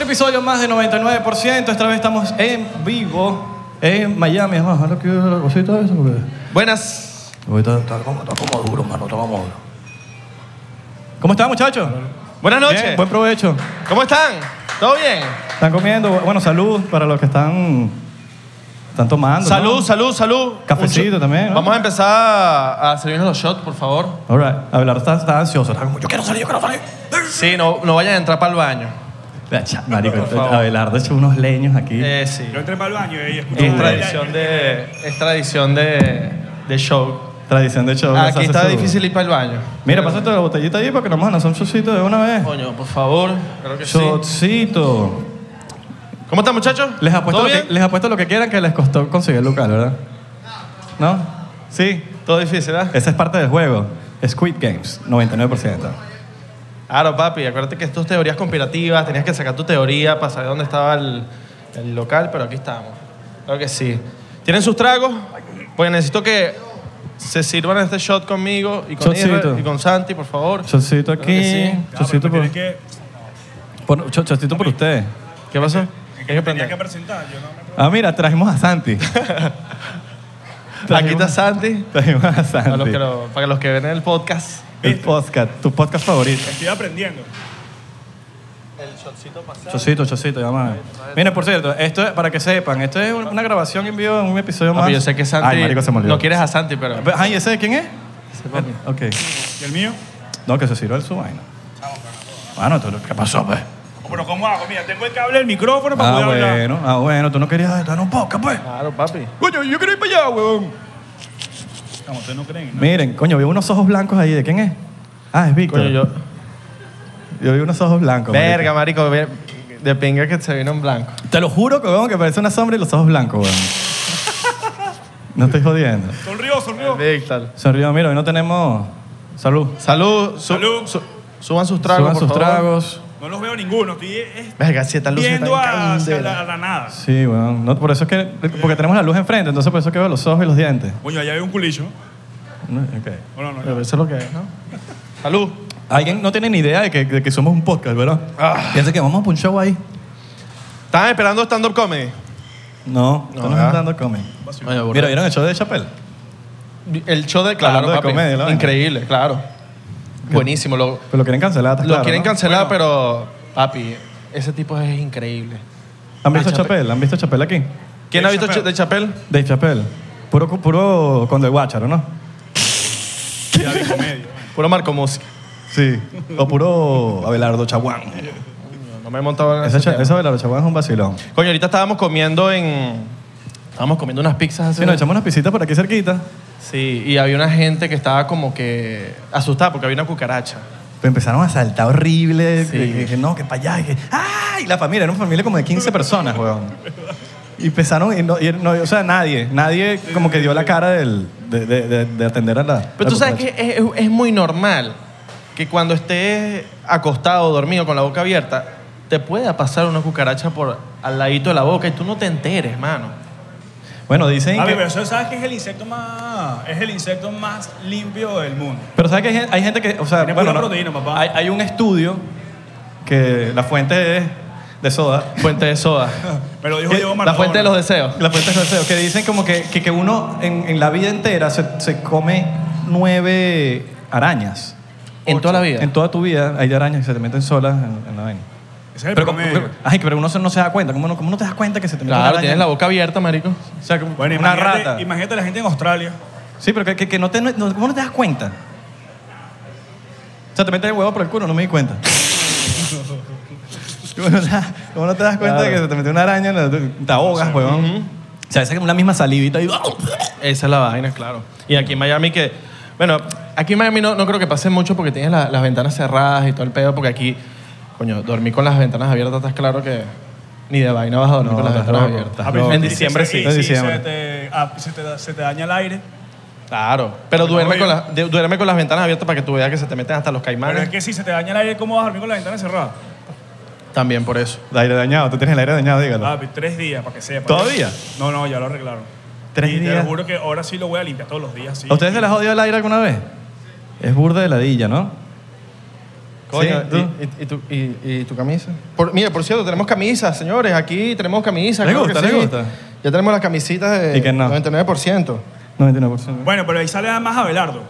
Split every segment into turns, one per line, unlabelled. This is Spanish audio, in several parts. episodio más de 99%. Esta vez estamos en vivo en Miami. Además, ¿ahora que la cosita esa? porque
Buenas.
ahorita Está como, está como duro, mano. Está como duro. ¿Cómo están, muchachos?
Buenas noches.
Bien, buen provecho.
¿Cómo están? ¿Todo bien?
Están comiendo. Bueno, salud para los que están, están tomando.
Salud,
¿no?
salud, salud.
Cafecito
Un shot.
también, ¿no?
Vamos a empezar a a servirnos los shots, por favor.
All right. Abelardo está, está ansioso. Está como, yo quiero salir, yo quiero salir.
Sí, no, no vayan a entrar para el baño.
Vea, cha- Marico,
Por favor.
Abelardo hecho unos leños aquí.
Eh, sí.
Yo entré para el baño y escuché.
Es tradición de, es tradición de, de show.
Tradición de hecho.
Aquí está difícil ir para el baño.
Mira, pásate la botellita ahí para que nos mandan un shotcito de una vez.
Coño, por favor. Creo que sí.
Shotcito.
¿Cómo están, muchachos?
Les apuesto,
¿Todo
lo que,
bien?
les apuesto lo que quieran que les costó conseguir el local, ¿verdad? No.
Sí, todo difícil, ¿eh? ¿verdad?
Esa es parte del juego. Squid Games, 99%.
Claro, papi, acuérdate que esto es teorías conspirativas, tenías que sacar tu teoría para saber dónde estaba el, el local, pero aquí estamos. Claro que sí. ¿Tienen sus tragos? Pues necesito que se sirvan este shot conmigo y con,
Shotcito.
Israel y con Santi, por favor.
Shotcito
Claro que
aquí.
sí. Ah,
Shotcito por,
Tienes que,
por- shot- shotcito por ustedes.
¿Qué pasó? Hay
tenía que
que prender.
presentar, yo no me
Ah, mira, trajimos a Santi.
Aquí está Santi,
Trajimos a Santi.
para, los que lo- para los que ven el podcast.
El podcast, tu podcast favorito.
estoy aprendiendo.
Chocito, chocito, ya más. Miren, por cierto, esto es, para que sepan, esto es un- una grabación en vivo en un episodio más.
Papi, yo sé que Santi...
Ay, marico, se me olvidó.
No quieres a Santi, pero...
Ay, ¿ese de quién es? Ok.
¿Y el mío?
No, que se sirva el su vaina. Bueno, tú- ¿qué pasó, pues?
Ah,
Oh, Pero ¿cómo hago? Mira, tengo el cable del micrófono para
Ah,
poder hablar.
bueno, ah, bueno, tú no querías dar un podcast, pues.
Claro, papi.
Coño, yo quiero ir para allá, huevón.
No, ustedes no creen. ¿no?
Miren, coño, veo unos ojos blancos ahí, ¿de quién es? Ah, es Víctor.
Coño, yo...
Yo vi unos ojos blancos.
Verga, marico, ve- de pinga que se vino en blanco.
marico. Te lo juro que huevón, que parece una sombra y los ojos blancos, huevón. no estoy jodiendo.
Sonrío, sonrío.
Víctor.
Sonrío, mira, hoy no tenemos salud.
Salud. su-
Salud.
su- suban sus tragos,
Suban
por
sus
favor.
tragos.
No los veo ninguno. Estoy eh,
Verga, si esta luz
viendo
está
a-
en
hacia
candela.
la, a la nada.
Sí, weón. No, por eso es que. Porque tenemos la luz enfrente, entonces por eso es que veo los ojos y los dientes.
Coño, allá hay un culillo.
No, ok.
Bueno, no,
Pero
no.
eso es lo que es, ¿no? Salud.
Alguien no tiene ni idea de que, de que somos un podcast, ¿verdad?
Ah.
Piensa que vamos a un show ahí.
¿Estaban esperando stand-up comedy?
No, no, nos
¿verdad?
están dando comedia. Mira, ¿vieron el show de Chappelle?
el show de Claro,
Hablando de
papi.
comedia, la vaina.
Increíble, claro. Buenísimo. Lo,
Pero Pues lo quieren cancelar,
lo
está claro,
quieren
¿no?
cancelar, pero, papi, ese tipo es increíble.
¿Han visto
Ah,
Chappelle? ¿Han visto Chappelle aquí?
¿Quién
Dave
ha visto
Chappelle.
de Chapel?
Dave Chappelle. Puro, cu- puro con el guacharo, ¿no?
Ya vi comedia.
Puro Marco Music.
Sí. O puro Abelardo Chaguán.
No me he montado en
Ese,
ese
Cha-
tema.
ese Abelardo Chaguán es un vacilón.
Coño, ahorita estábamos comiendo en... Estábamos comiendo unas pizzas hace
Sí, nos echamos unas pisitas por aquí cerquita.
Sí, y había una gente que estaba como que asustada porque había una cucaracha.
Pero pues empezaron a saltar horrible.
Sí.
Que, que- que no, que para allá. que- ¡Ay! La familia, era una familia como de 15 personas, weón. Y empezaron, y no, y no- o sea, nadie, nadie como que dio la cara del- de, de- de- de atender a la.
Pero
la
tú sabes que
cucaracha.
es, es- es muy normal que cuando estés acostado, dormido, con la boca abierta, te pueda pasar una cucaracha por al ladito de la boca y tú no te enteres, mano.
Bueno, dicen.
A
que-
ver, pero eso sabes que es el insecto más. Es el insecto más limpio del mundo.
pero sabes que hay, gen- hay gente que. O sea,
Tiene
bueno,
pura
no-
proteína, papá.
Hay, hay un estudio que la fuente es de soda.
Fuente de soda.
Pero dijo
Eh,
Diego Maradona.
la fuente de los deseos.
La fuente es deseo, que dicen como que, que, que uno en, en la vida entera se, se come nueve arañas.
En toda la vida.
En toda tu vida hay arañas que se te meten solas en, en la vaina.
Ese es el
Pero, como-
promedio.
ay, pero uno se- no se da cuenta. ¿Cómo no, cómo no te das cuenta que se te mete una
Claro,
araña?
tienes la boca abierta, marico.
O sea, como
Bueno,
una
imagínate,
rata.
imagínate la gente en Australia.
Sí, pero que, que- que no te, no- ¿cómo no te das cuenta? O sea, te metes el huevo por el culo, no me di cuenta. ¿Cómo no te das- cómo no te das cuenta de que se te metió una araña? en la- Te ahogas, huevón. O sea, esa es una misma salivita y...
Esa es la vaina, claro. Y aquí en Miami que... Bueno, aquí en Miami no, no creo que pase mucho porque tienes la- las ventanas cerradas y todo el pedo, porque aquí, coño, dormir con las ventanas abiertas, estás claro que ni de vaina vas a dormir
No,
con las
estás
ventanas
loco,
abiertas.
estás loco.
En diciembre sí.
Y si
Ah, diciembre.
Se te, ah, se, te, da- se te daña el aire.
Claro, pero
Porque
duerme
no
con,
veo.
las, de- duerme con las ventanas abiertas para que tú veas que se te meten hasta los
Pero
caimanes.
es que si se te daña el aire, ¿cómo vas a dormir con la ventana cerrada?
También por eso.
El aire dañado, tú tienes el aire dañado, dígalo.
Papi, tres días, para que sepa.
¿Todavía?
No, no, ya lo arreglaron.
Tres
y Te
días.
lo juro que ahora sí lo voy a limpiar todos los días. Sí.
¿A ustedes se les ha jodido el aire alguna vez? Es burda de ladilla, ¿no?
Coño,
Sí, tú.
¿y, y- y tu, y- y tu camisa? Por, mira, por cierto, tenemos camisas, señores. Aquí tenemos camisas.
¿Les
claro que
gusta, les
sí.
gusta?
Ya tenemos las camisitas de
Y que no.
99%.
99%.
Bueno, pero ahí sale más Abelardo.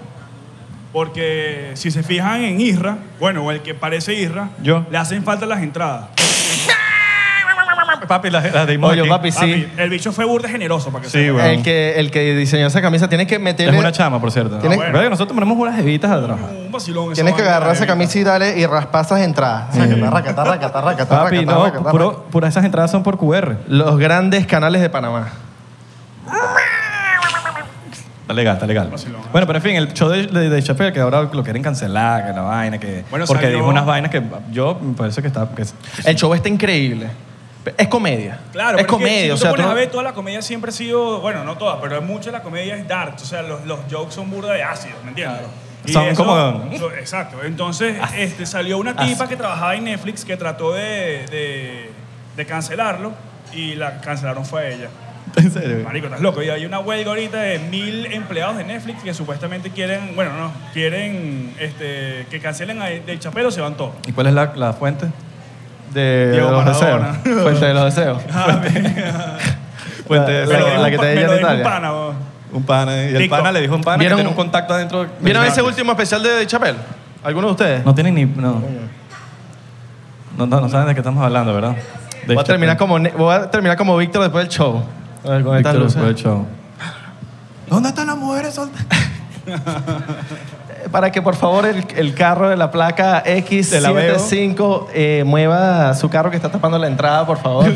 Porque si se fijan en Isra, bueno, o el que parece Isra,
Yo.
le hacen falta las entradas.
Papi, las las de Imola
Oye,
aquí.
papi, sí.
Papi, el bicho fue burda generoso para que
Sí, güey.
El que, el que diseñó esa camisa tiene que
Es
meterle...
una chama, por cierto. Ah,
Tienes-
¿Verdad que nosotros ponemos unas evitas a trabajar?
Un vacilón. esa
Tienes que
vaina,
agarrar esa
eh,
bebé.
camisa y dale y raspasas entradas. Racata, racata, racata,
Papi,
racata,
no,
racata,
puro-
racata.
puras esas entradas son por QR.
Los grandes canales de Panamá.
Está legal, está legal. Bueno, pero en fin, el show de, de, de Chappelle, que ahora lo quieren cancelar, que la vaina, que.
Bueno,
porque
salió-
dijo unas vainas que yo me parece que está. que es-
El show está increíble. Es comedia.
Claro,
es
pero que
comedia.
si
o
tú
sea,
pones
tú
a
no-
ver, toda la comedia siempre ha sido, bueno, no toda, pero mucha de la comedia es dark. O sea, los, los jokes son burda de ácido, ¿me entiendes? Y
Son
eso-
como-
so- exacto. Entonces, este, salió una tipa que trabajaba en Netflix que trató de, de, de cancelarlo y la cancelaron fue a ella.
en serio.
Marico, estás loco. Y hay una huelga ahorita de mil empleados de Netflix que supuestamente quieren, bueno, no, quieren este, que cancelen a Del Chapelo, se van todos.
¿Y cuál es la, la fuente?
De
Diego
los
Maradona.
deseos. Fuente de los deseos.
Fuente
La-
de
la-
Pero
dijo
la
un
que
pa-
te
me
llega
lo dijo
de
un
Italia.
pana, bo.
Un pana. Y el
Tico.
pana le dijo a un pana
¿Vieron-
que tiene un contacto adentro. del
¿Vieron ese
Netflix.
último especial de Chapel? ¿Alguno de ustedes?
No tienen ni. No. No, no, no saben de qué estamos hablando, ¿verdad? De
Voy a, terminar
Chappelle.
como, Ne- voy a terminar como Víctor después del show. A ver, con estas
Víctor
luces.
después del show. ¿Dónde están las mujeres solteras?
Eh, Para que por favor el, el carro de la placa
Te la veo.
X75 eh, mueva su carro que está tapando la entrada, por favor.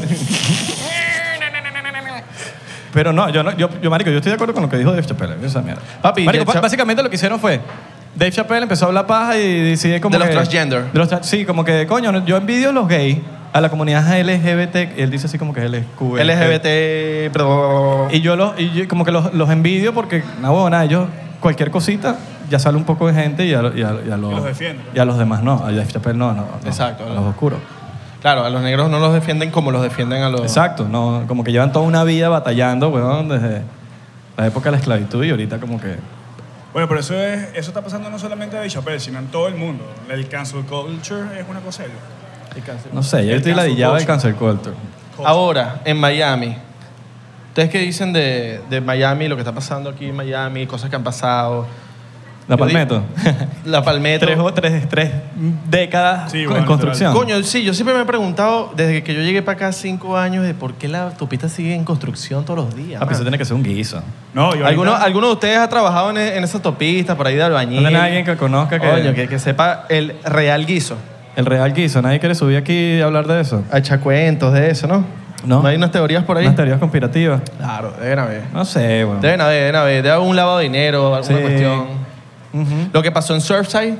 Pero no, yo, no yo, yo, marico, yo estoy de acuerdo con lo que dijo Dave Chappelle. Esa mierda.
Papi,
Marico,
Dave
ba-
Chap-
básicamente lo que hicieron fue... Dave Chappelle empezó a hablar paja y decide como
De los
que-
transgender.
de los tra- sí, como que, coño, no- yo envidio a los gays, a la comunidad LGBT. Él dice así como que es LQB.
LGBT. perdón.
Y yo, los, y yo como que los, los envidio porque, no, bueno, nada, ellos cualquier cosita ya sale un poco de gente y a, lo- y a- y a los,
los defiende.
y a los demás no. A Dave Chappelle no, no, no,
Exacto.
A los oscuros.
Claro, a los negros no los defienden como los defienden a los.
Exacto, no, como que llevan toda una vida batallando, weón, desde la época de la esclavitud y ahorita como que...
Bueno, pero eso, es, eso está pasando no solamente a Bichapel, sino en todo el mundo. El cancel culture es una cosa de loco.
No sé, yo
El
estoy
cancel
ladillado
culture.
del cancel culture.
Ahora, en Miami. ¿Ustedes qué dicen de, de Miami, lo que está pasando aquí en Miami, cosas que han pasado?
La
Yo di-
palmeto.
La Palmetto.
tres, o- tres, tres décadas
Sí,
en
bueno,
construcción.
Coño, sí, yo siempre me he preguntado desde que yo llegué para acá cinco años de por qué la autopista sigue en construcción todos los días.
Ah, pero
mano.
eso tiene que ser un guiso.
No, y ahorita-
¿Alguno, alguno de ustedes ha trabajado en, en esa autopista por ahí de albañil?
No tiene alguien que conozca que,
Coño, que, que sepa el real guiso.
el real guiso. Nadie quiere subir aquí y hablar de eso.
A echar cuentos de eso, ¿no?
No.
hay unas teorías por ahí?
Unas teorías conspirativas.
Claro, deben haber.
No sé, weón.
Deben haber, deben haber. Debe haber un lavado de dinero, alguna
Sí.
cuestión.
Ujú.
Lo que pasó en Surfside,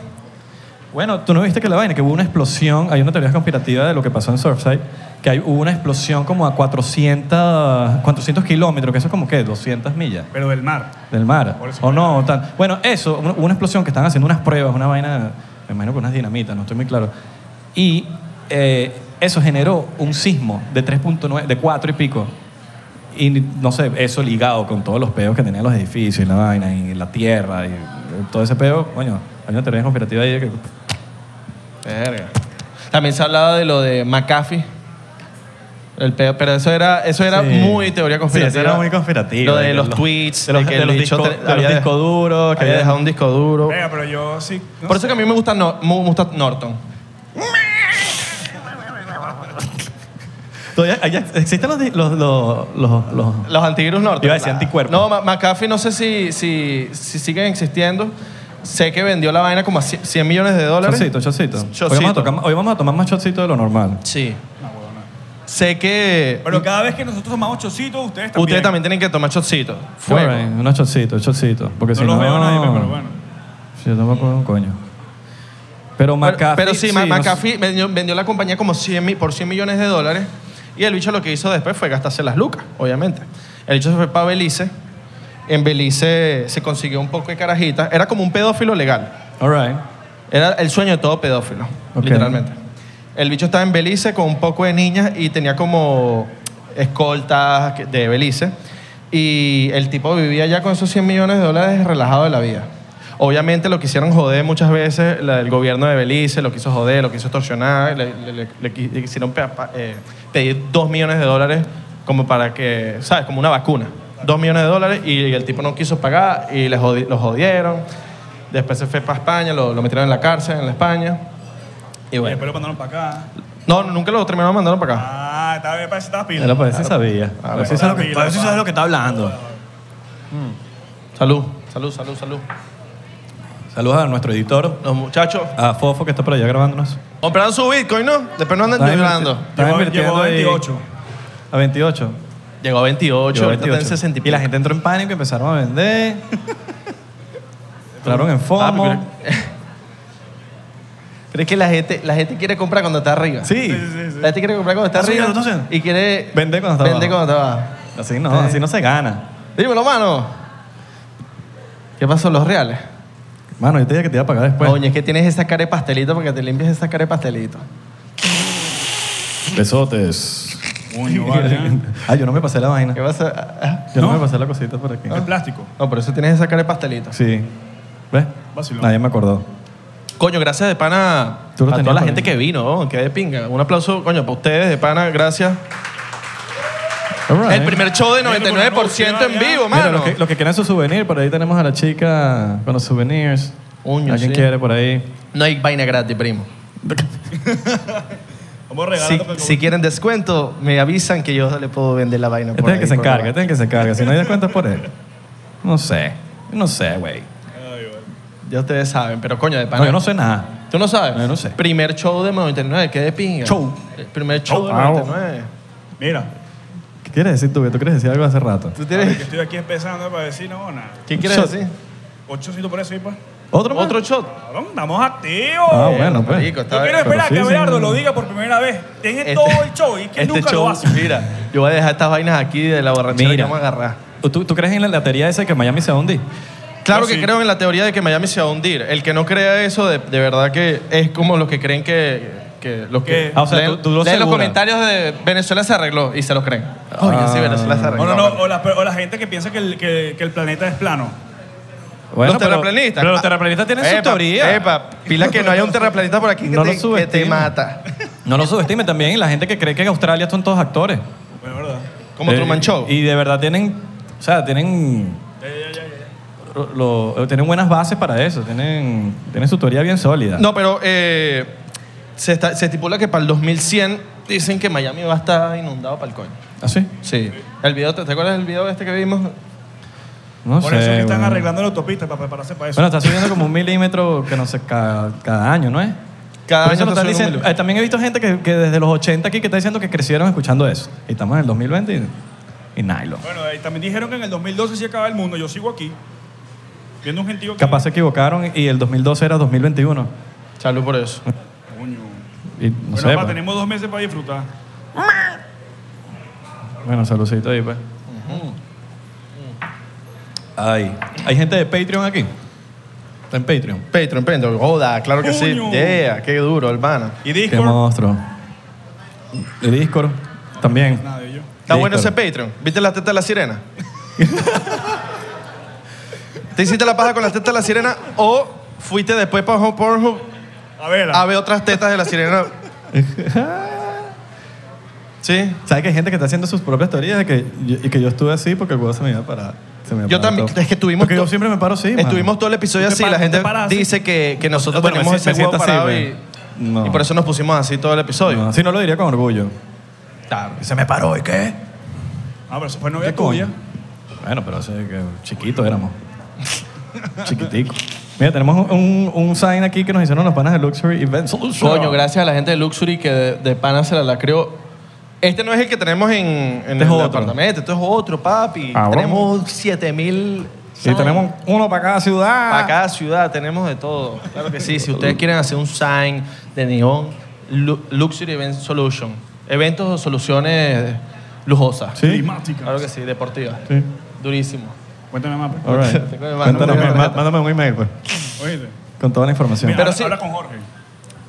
Bueno, tú no viste que la vaina, que hubo una explosión, hay una teoría conspirativa de lo que pasó en Surfside, que hay, hubo una explosión como a 400, 400 kilómetros, que eso es como que 200 millas
Pero del mar.
del mar.
Por eso.
O no, o tal. Bueno, eso, una, una explosión que están haciendo unas pruebas, una vaina, me imagino que unas dinamitas, no estoy muy claro. Y eh, eso generó un sismo de 3.9, de 4 y pico. Y no sé, eso ligado con todos los peos que tenían los edificios y la vaina y la tierra y eh, todo ese peo, coño, hay una teoría conspirativa ahí de que
Verga. También se hablaba de lo de McAfee. El pedo, pero eso era, eso era
Sí.
muy teoría conspirativa.
Sí, eso era muy conspirativo.
Lo de,
De
los,
los-
tweets,
de los-
que
de
el
los
bicho
disco-
te-
de los discos duros, que
había
había-
dejado un disco duro.
Venga, pero yo sí. no
Oh. Por
sé.
eso que a mí me gusta, Nor- me gusta Norton.
Todavía allá existen los, di- los, los, los, los-
Los antivirus Norton.
Iba a decir
Claro.
anticuerpos.
No, Ma- McAfee no sé si, si, si siguen existiendo. Sé que vendió la vaina como a 100 millones de dólares.
Chocito, chocito. Hoy vamos, a
Chocito.
tocar más- hoy vamos a tomar más chocito de lo normal.
Sí.
No, huevona.
Sé que
Pero cada vez que nosotros tomamos chocitos, ustedes también.
ustedes también tienen que tomar chocito. Fuego.
Alright, unos chocitos, chocitos. Porque
No
si
los
no,
veo a nadie, pero bueno.
Sí, yo tampoco un coño. Pero
Pero-
McAfee.
pero sí, Ma-
no sé.
McAfee vendió, vendió la compañía como 100 mi- por 100 millones de dólares y el bicho lo que hizo después fue gastarse las lucas, obviamente. El bicho se fue para Belice. En Belice se consiguió un poco de carajitas. Era como un pedófilo legal.
Alright.
Era el sueño de todo pedófilo,
Ok.
literalmente. El bicho estaba en Belice con un poco de niñas y tenía como escoltas que- de Belice. Y el tipo vivía ya con esos 100 millones de dólares relajado de la vida. Obviamente lo quisieron joder muchas veces, la- el gobierno de Belice lo quiso joder, lo quiso extorsionar, le, le- le- le qui- le quisieron pe- pa- eh, pedir dos millones de dólares como para que, ¿sabes? Como una vacuna. Dos millones de dólares y el tipo no quiso pagar y le jodi- lo jodieron. Después se fue para España, lo, lo metieron en la cárcel en la España. Y
Y
bueno.
después lo mandaron para acá.
No, nunca lo terminaron mandando para acá.
Ah, estaba bien, parece que estaba pila.
Pero pues sí sabía.
Ah,
Pues sí
bueno.
sabe lo que- pues sí sabe lo que está hablando.
Salud, salud, salud, salud.
Saludos a nuestro editor,
Los muchachos
a Fofo que está por allá grabándonos.
compraron su Bitcoin, ¿no? Después no andan
Está
llorando.
invirti- está
Llegó,
invirtiendo
llegó a
ahí
28.
A 28.
Llegó a 28,
Llegó a
ahorita está en
28.
60 y
la gente entró en pánico, empezaron a vender. entraron en FOMO.
Ah, pero- Pero es que la gente, la gente quiere comprar cuando está arriba.
sí.
La gente quiere comprar cuando está
¿Está
arriba.
subiendo, está subiendo?
Y quiere.
Vender cuando está
Vende
abajo.
cuando está abajo.
Así no, así no se gana.
Dímelo, mano. ¿Qué pasó, los reales?
Mano, yo te dije que te iba a pagar después.
Oye, es que tienes esa cara de pastelito porque te limpias esa cara de pastelito.
Besotes.
Coño, vale. ¿eh?
Ah, yo no me pasé la vaina.
¿Qué pasa? Ah,
Yo no,
¿No?
me pasé la cosita por aquí.
El plástico.
No, por eso tienes esa cara de pastelito.
Sí. ¿Ves?
Vacilón.
Nadie me acordó.
Coño, gracias de pana a
Tú lo
toda
tenías
la
por
gente
ahí.
que vino, ¿no? que de pinga. Un aplauso, coño, para ustedes de pana, gracias.
All right.
El primer show de
Mira, como
99% en
no,
vivo,
Mira,
mano.
los que, los que quieren su souvenir, por ahí tenemos a la chica con los souvenirs.
Uño,
¿Alguien
sí.
quiere por ahí?
No hay vaina gratis, primo.
Vamos
Si,
regalando.
pues,
si quieren descuento, me avisan que yo le puedo vender la vaina.
Este
por
es el que
ahí,
se
por
encarga,
abajo.
este es el que se encarga. Si no hay descuento es por él. No sé. No sé, güey.
Ay, bueno.
Ya ustedes saben, pero coño, de pana.
No, yo no sé nada.
¿Tú no sabes?
No, yo no sé.
Primer show de 99, qué de pinga.
Show.
El primer show de
Wow.
99.
Mira,
¿Qué quieres decir tú? que ¿Tú quieres decir algo hace rato?
¿Tú
ahora
tienes,
que estoy aquí empezando para decir, no, nada.
¿Qué quieres
Shot.
decir?
Ochocito por eso, y pues.
¿Otro más?
¿Otro shot?
Cabrón, Estamos activos.
Ah, bueno, pues.
Marico, está
Yo quiero
bien.
Pero
esperar
sí,
que Abelardo
sí.
lo diga por primera vez. Tiene
Este-
todo el show y que
Este
nunca
show,
lo hace.
mira, yo voy a dejar estas vainas aquí de la borrachera
Mira.
que vamos a agarrar.
¿Tú, tú crees en la, la teoría esa de que Miami se va a hundir?
Claro
Yo
Pues
que
sí.
creo en la teoría de que Miami se va a hundir. El que no crea eso, de, de verdad que es como los que creen que... que los que
Que-
Ah, o sea,
leen-
tú- tú lo
leen los
aseguras.
comentarios de Venezuela se arregló y se los creen. Oye, sí,
Ah.
Venezuela se
O,
arregló.
no, no, o, la, o la gente que piensa que el, que- que el planeta es plano.
Bueno,
los
pero-
terraplanistas.
Pero los terraplanistas tienen su
Epa,
teoría.
Epa, pila que no haya un terraplanista por aquí que,
No lo
te, que te
subestimes.
mata.
No lo subestime también. La gente que cree que en Australia son todos actores.
Bueno, Pues, verdad.
Como
Eh,
Truman Show.
Y de verdad tienen... O sea, tienen...
Ya, ya, ya, ya.
lo- lo- tienen buenas bases para eso. Tienen, tienen su teoría bien sólida.
No, pero eh, se, está- se estipula que para el 2100 dicen que Miami va a estar inundado para el coño.
¿Ah, sí?
Sí. El video, ¿te, te acuerdas del video este que vimos?
No
por
sé.
eso es que están
bueno.
arreglando la autopista para prepararse para eso.
Bueno, está subiendo como un milímetro que no sé, cada, cada año, ¿no es?
Cada año
Pero eso
está
lo están
subiendo un
diciendo-
milímetro.
eh, también he visto gente que, que desde los 80 aquí que está diciendo que crecieron escuchando eso. Y estamos en el 2020 y, y nylon.
Bueno, y también dijeron que en el 2012 se acaba el mundo. Yo sigo aquí, viendo un gentío que...
Capaz se equivocaron y el 2012 era 2021.
Salud por eso.
Coño.
Y no
bueno,
sé.
papá,
pues.
tenemos dos meses para disfrutar.
Bueno, saludcito ahí, pues. Ay, ¿hay gente de Patreon aquí? ¿Está en Patreon?
Patreon, Patreon. Joda, claro que sí.
Coño.
Yeah, qué duro, hermano.
Y
Qué
Discord...
monstruo. Y Discord también.
Nada de ello.
Está bueno ese
Discord.
Patreon. ¿Viste la teta de la sirena? ¿Te hiciste la paja con la teta de la sirena o fuiste después para Home Pornhub
A ver,
a ver otras tetas de la sirena? sí.
¿Sabes que hay gente que está haciendo sus propias teorías de que yo- y que yo estuve así porque el huevo se me iba a parar? Se me iba a
Yo
parar
también,
todo.
es que tuvimos
Porque yo
to-
siempre me paro así. mano.
Estuvimos todo el episodio
Tú te
así,
paras,
la
tú te
gente
paras así.
dice que, que nosotros
Bueno,
tenemos
me
ese
siento
huevo
así,
parado
güey.
y,
No.
y por eso nos pusimos así todo el episodio.
No, así no lo diría con orgullo.
Claro.
Se me paró, ¿y qué?
Ah, pero eso fue
¿Qué
novia tuya.
coño? Bueno, pero hace que chiquitos éramos. Chiquitico. Mira, tenemos un, un sign aquí que nos hicieron los panas de Luxury Event Solution.
Coño, gracias a la gente de Luxury que de, de pana se la lacrió. Este no es el que tenemos en, en
Este es
el
otro.
departamento, esto es otro, papi.
Ah, bueno.
tenemos 7000.
Y tenemos Ah. uno para cada ciudad.
Para cada ciudad tenemos de todo. Claro que sí, si ustedes quieren hacer un sign de neón, Lu- Luxury Event Solution. Eventos o soluciones lujosas.
Sí.
Climática.
Claro que sí, deportivas.
Sí.
Durísimo.
Cuéntame más. pues.
All right.
Tengo que mandar
Cuéntanos,
una
má-
tarjeta.
mándame un email, pues,
Oíste.
con toda la información.
Mira,
Pero
habla,
sí.
habla con Jorge.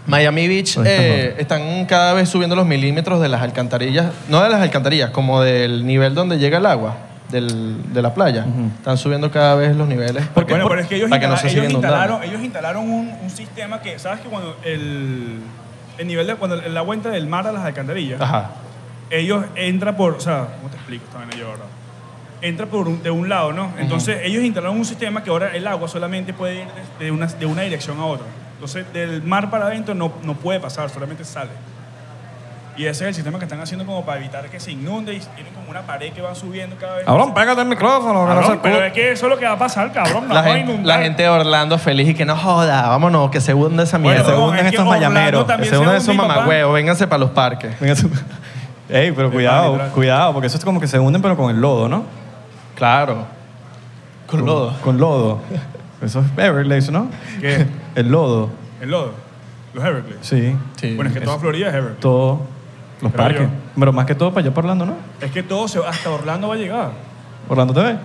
Miami Beach
Pues,
Ahí está,
eh, están cada vez subiendo los milímetros de las alcantarillas, no de las alcantarillas, como del nivel donde llega el agua. del- de la playa. Están subiendo cada vez los niveles.
Porque-
bueno,
por-
pero es que ellos,
para que no
instala-
se siga
ellos
inundando.
instalaron, ellos instalaron un, un sistema que, ¿sabes que cuando el, el nivel de, cuando el agua entra del mar a las alcantarillas,
Ajá.
ellos entran por, o sea, ¿cómo te explico esta vaina yo ahora? Entra por un- de un lado, ¿no? Entonces ellos instalaron un sistema que ahora el agua solamente puede ir de una, de una dirección a otra. Entonces del mar para adentro no, no puede pasar, solamente sale. Y ese es el sistema que están haciendo como para evitar que se inunde y tienen como una pared que va subiendo cada vez.
Cabrón, pégate el micrófono. que no
Cabrón,
se
pero
escu-
es que eso es lo que va a pasar, cabrón. nos
La,
va a
gente,
inundar.
la gente de Orlando feliz y que no joda, vámonos, que se hunda esa
Bueno,
mierda.
cabrón,
hunden
es que
estos
Orlando
mañameros,
también
se
se
hunda
hundió,
esos
papá.
mamagüeos, vénganse para los parques.
Venga, tú- Ey, pero cuidado,
literal.
cuidado, porque eso es como que se hunden, pero con el lodo, ¿no?
Claro. Con lodo.
Con lodo. Eso es Everglades, ¿no?
¿Qué?
El lodo,
El lodo. Los Everglades.
sí.
Sí.
Bueno, es que toda
eso.
Florida es Everglades.
Todo, los
Creo
parques.
yo.
Pero más que todo para allá para Orlando, ¿no?
Es que todo se va- hasta Orlando va a llegar.
Orlando TV.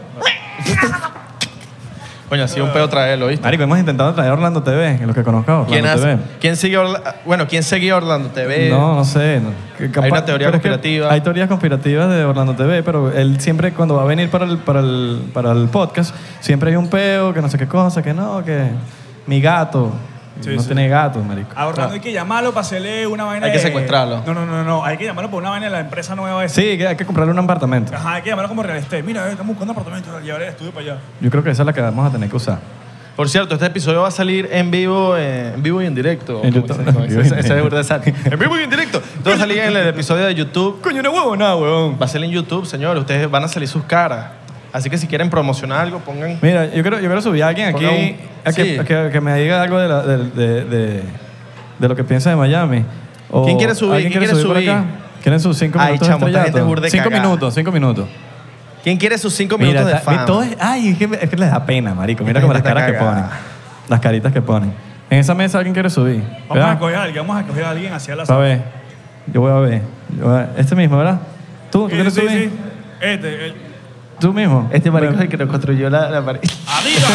Coño, ha sido un pedo traerlo, ¿viste?
Marico, hemos intentado traer Orlando TV, en los que conozco. Orlando
¿Quién, hace-
TV.
¿Quién sigue Orla- Bueno, ¿quién seguía Orlando TV?
No, no sé. no. Que capaz-
Hay una teoría
pero es que
conspirativa.
Hay teorías conspirativas de Orlando TV, pero él siempre, cuando va a venir para el, para el, para el podcast, siempre hay un peo, que no sé qué cosa, que no, que mi gato.
Sí,
no
sí.
tiene gato, marico.
A Orlando
Ah.
hay que llamarlo para hacerle una vaina
Hay que
de-
secuestrarlo.
No, no, no, no. Hay que llamarlo por una vaina de la empresa nueva esa.
Sí, que hay que comprarle un apartamento.
Ajá, hay que llamarlo como real estate. Mira, eh, estamos buscando apartamento. Llevar el estudio para allá.
Yo creo que esa es la que vamos a tener que usar.
Por cierto, este episodio va a salir en vivo, eh, en vivo y en directo.
En
como
YouTube.
dicen, ¿no? Ese- ese- ese es burda de sal. En vivo y en directo. Todo va a salir en el episodio de YouTube.
Coño, no huevo, nada, huevón.
Va a salir en YouTube, señores. Ustedes van a salir sus caras. Así que si quieren promocionar algo, pongan.
Mira, yo quiero, yo quiero subir a alguien aquí
Ponga un-
a que,
sí.
a que, a que me diga algo de, la- del- de, de- de lo que piensa de Miami. O
¿Quién quiere subir?
¿Alguien
¿Quién
quiere
quiere
subir?
subir?
por acá? ¿Quieren sus cinco
Ay,
minutos? de
chamo, esta gente
estrellato?
es burda de
cinco
cagada.
minutos, cinco minutos.
¿Quién quiere sus cinco minutos
Mira,
de
está-
fama?
todo es- ay, es que, es que les da pena, marico. Mira
Esta
como las
gente
caras
está
que ponen.
cagada.
Las caritas que ponen. En esa mesa alguien quiere subir.
Vamos a
¿Verdad?
coger a alguien. Vamos a coger a alguien hacia la
A ver. Yo voy a ver. Yo voy a- Este mismo, ¿verdad? ¿Tú, ¿tú
Sí,
quieres
sí,
subir?
sí. Este, el...
¿Tú mismo?
Este marico es el que nos construyó la, la pared.
¡Arriba!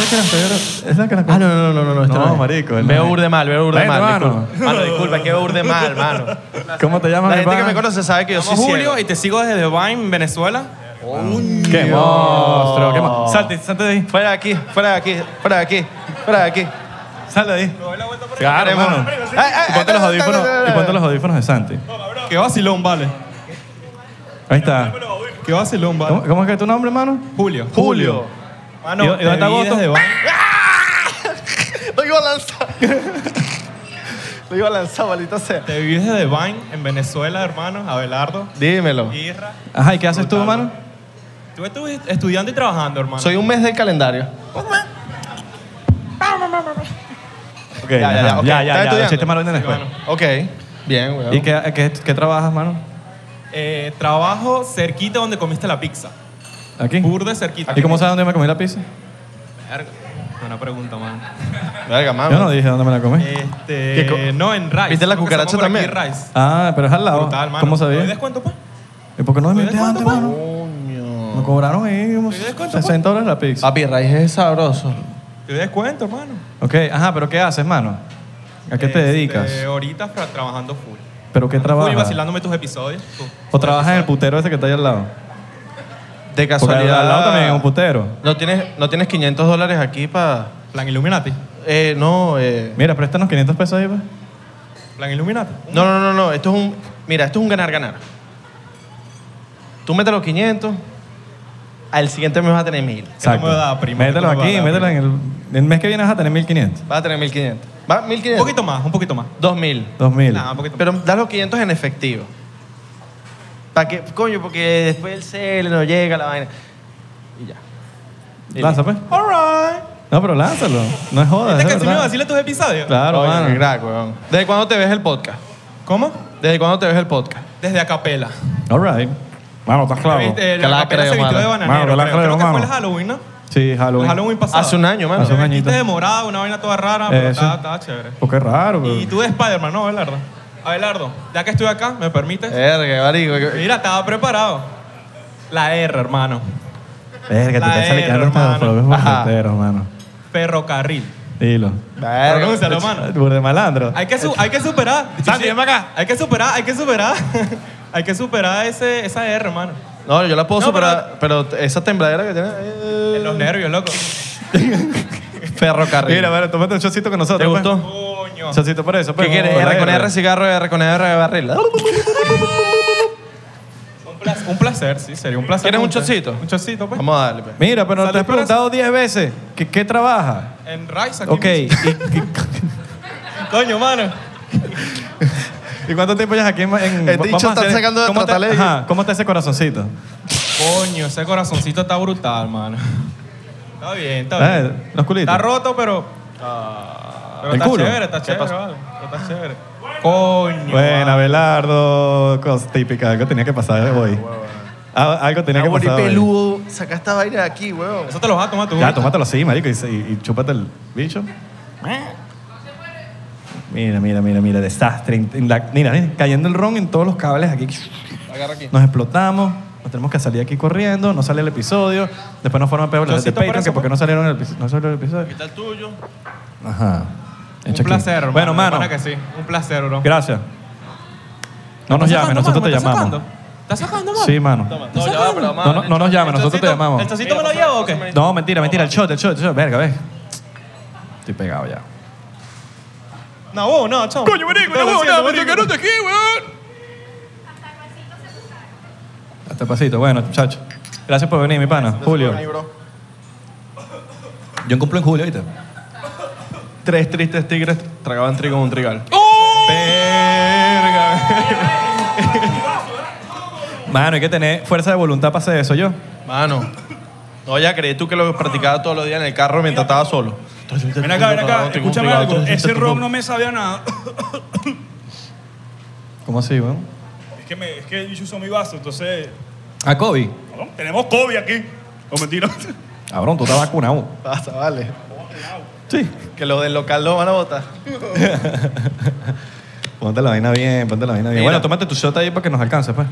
Es la que la
Ah, no, no, no, no, no. este
No,
es.
marico, él
Veo
no es.
urde mal, veo urde
Bueno,
mal.
mano.
disculpa. Mano, disculpa, es que veo urde mal, mano.
¿Cómo te llamas,
La
mi
gente que
pana?
me conoce sabe que yo soy
Somos Julio
ciego.
y te sigo desde Vine, Venezuela.
¡Qué monstruo! ¡Qué monstruo! Salte, salte de ahí.
Fuera de aquí, fuera de aquí, fuera de aquí, fuera de aquí.
Sal de ahí.
Claro, hermano. Ay, ay,
Y ponte
ay,
los
ay,
audífonos,
ay, ay,
y ponte
ay.
los audífonos de Santi.
Qué vacilón, vale.
Ahí está.
Qué vacilón, vale.
¿Cómo, cómo es que es tu nombre, hermano?
Julio.
Julio.
Ah,
Mano,
¿Y dónde
¿Y dónde
está
está
Goto?
desde Vine.
lo iba a lanzar. lo iba a lanzar, maldito sea.
Te viví desde Vine en Venezuela, hermano. Abelardo.
Dímelo.
Irra.
Ajá, ¿y qué haces tú, hermano?
Tú estuviste estudiando y trabajando, hermano.
Soy un mes del calendario.
Okay,
Ya, ya,
ajá.
ya, ok.
ya, ya,
¿Estás
ya,
estudiando?
chiste malo en la escuela.
Bueno,
Ok. Bien, weón.
¿Y qué, eh, qué, qué trabajas, hermano?
eh, trabajo cerquita donde comiste la pizza.
¿Aquí?
Burde cerquita.
¿Y cómo sabes dónde me comí la pizza?
Verga. Buena pregunta, man.
Verga,
Yo
mano.
no dije dónde me la
Eh,
comí.
Este.
¿Qué co-
no, en Rice.
¿Viste la
Creo que se llama
cucaracha
por aquí
también?
Rice.
Ah, pero es al lado.
Brutal, mano.
¿Cómo
¿Te doy
sabías?
descuento, pues?
¿Y por qué no me
¿Te doy
metiste antes,
descuento, pa?
hermano?
Coño.
Me cobraron ahí como 60 dólares la pizza.
Papi, raíz es sabroso.
Te doy descuento, hermano.
Ok, ajá, pero ¿qué haces, mano? ¿A
Eh,
qué te
Este,
dedicas? Ah,
Ahorita fra- trabajando full.
¿Pero qué
Full
trabajas?
vacilándome tus episodios. tú.
¿O trabajas en el putero ese que está ahí al lado?
De
Porque al,
casualidad.
al lado también es un putero.
¿No tienes, no tienes 500 dólares aquí para.
Plan Illuminati.
Eh, no, eh.
Mira, préstanos 500 pesos ahí, pues.
Plan Illuminati.
No, no, no, no. Esto es un. Mira, esto es un ganar-ganar. Tú metes los 500, al siguiente mes vas a tener 1000.
me da, primo? ¿Qué tú
Mételos
me vas a
aquí,
dar,
mételos en el, el mes que viene vas a tener 1500.
Vas a tener 1500. Va,
Un
1500.
poquito más, un poquito más.
2000.
2000.
Nah, un poquito
Pero das los 500 en efectivo. ¿Para qué? Coño, porque después el CL no llega la vaina. Y ya. Y
Lanza, pues.
más. Alright.
No, pero lánzalo. No es joda, es
¿Viste que
de
sí ¿Este me
verdad.
vacila tus episodios?
Claro,
Oye,
mano.
qué crack, weón. ¿Desde cuándo te ves el podcast?
¿Cómo?
¿Desde cuándo te ves el podcast?
Desde Acapela.
All right. Mano, estás claro.
¿Viste? El
Que la
Acapela
creo,
se vistió de
mano.
Mano, que
bananero.
la
creo. Creo
creo,
que
mano.
fue el Halloween, ¿no?
Sí,
El
Halloween.
Halloween pasado.
Hace un año, mano.
Hace un
Te
añito.
vestiste de morado, una vaina toda rara, pero
Eso.
estaba, estaba chévere.
Porque es Pues raro,
Y
pero.
tú de Spider-Man, ¿no, Abelardo? Abelardo, ya que estoy acá, ¿me permites?
Eh.
Verga, marico. que-
Mira, estaba preparado. La R, hermano.
Verga, te
La
estás
R,
salicando hasta los
hermano.
propios
Ajá.
boleteros, mano.
Ferrocarril.
Dilo.
Verga.
Pronúncialo, mano.
Burde malandro.
Hay que, su- hay que superar.
Eh. Santi, ven para acá.
Hay que superar, hay que superar. hay que superar ese, esa R, hermano.
No, yo la puedo
No,
superar, pero... esa tembladera que tiene. eh,
En los nervios, loco.
Ferrocarril.
Mira,
Mira, pues, bueno, tómate un chocito con nosotros.
¿Te
pues.
gustó?
Coño.
Chocito por eso.
¿Qué quieres? R con R cigarro, R con R barril.
Un placer, un placer, sí, sería un placer.
¿Quieres un
Con ustedes.
chocito?
Un chocito, pues.
Vamos a darle. pues.
Mira, pero te
¿Sales
has
por eso?
preguntado 10 veces. ¿Qué, qué trabaja?
En Rice aquí.
Ok. ¿Y,
Coño, mano.
y- y cuánto tiempo llevas aquí en.? en
El
vamos
dicho
a
está sacando de
¿cómo te,
tratarle.
ajá, ¿Cómo está ese corazoncito?
Coño, ese corazoncito está brutal, mano. Está bien, está bien.
Eh, Los culitos.
Está roto, pero. pero
Ah.
¿el
está
culo?
chévere, está
¿Qué
chévere,
pasó?
vale. Está chévere. Coño.
Bueno,
mano.
Abelardo, cosa típica. Algo tenía que pasar hoy. Ah, Algo tenía que
Amor, y
pasar hoy.
peludo, saca esta vaina de aquí, weón.
Eso te lo vas a tomar tú.
Ya, tómatelo así, marico, y, y, y chúpate el bicho.
¿Eh?
Mira, mira, mira, mira, desastre. En- en la- mira, mira, cayendo el ron en todos los cables aquí.
Agarra aquí.
Nos explotamos, nos tenemos que salir aquí corriendo, no sale el episodio, después nos forman peor la gente de
Chocito por
Patreon,
eso,
que porque no salieron el, epi- no salió el episodio.
Quita el tuyo.
Ajá.
Un
Hecho aquí.
placer, hermano.
Bueno, mano,
Para que sí. Un placer, bro.
gracias. No nos llames, nosotros te llamamos.
¿Estás sacando, mano?
Sí, mano.
No, ya va, pero
No, no, no nos llames, nosotros te llamamos.
¿El chocito me lo llevo o qué?
No, mentira, mentira, el shot, el shot, el shot. Verga, ve. Estoy pegado ya.
No, vos, no, chamo.
Coño, marico,
Estás
no,
haciendo,
no, me
marico.
sacaron de aquí, weón.
Hasta pasito. Bueno, muchachos. Gracias por venir, mi pana. Julio. Yo cumplo en julio ahorita.
Tres tristes tigres tragaban trigo en un trigal.
¡Oh! Mano, hay que tener fuerza de voluntad para hacer eso yo.
Mano. No, ya creí tú que lo practicaba todos los días en el carro mientras estaba solo.
Ven acá, ven acá, escúchame algo. Ese ron no me sabía nada.
¿Cómo así, weón?
Es que, me, es que yo uso mi vaso, entonces.
A Kobe.
cabrón, Tenemos COVID aquí. No mentira.
Cabrón, tú estás vacunado.
Pasa, vale.
Sí.
Que los del local lo van a votar.
Ponte la vaina bien, ponte la vaina bien.
Mira.
Bueno, tómate tu shot ahí para que nos alcance, pues.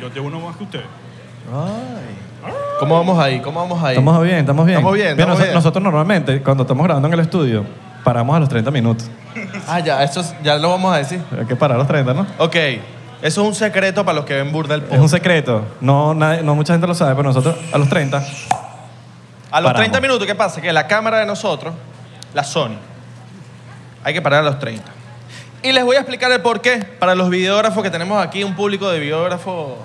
Yo tengo uno más que usted.
¿Cómo vamos ahí? ¿Cómo vamos ahí?
Estamos bien, estamos bien.
Estamos bien,
Mira,
estamos
noso-
bien.
Nosotros normalmente, cuando estamos grabando en el estudio, paramos a los 30 minutos.
Ah, ya, eso es- ya lo vamos a decir.
Hay que parar a los 30, ¿no?
Ok, eso es un secreto para los que ven Burda el
Es un
podcast.
secreto. No, nadie- no mucha gente lo sabe, pero nosotros a los 30.
A los
Paramos.
30 minutos, ¿qué pasa? Que la cámara de nosotros, la Sony, hay que parar a los 30. Y les voy a explicar el por qué. Para los videógrafos que tenemos aquí, un público de videógrafos.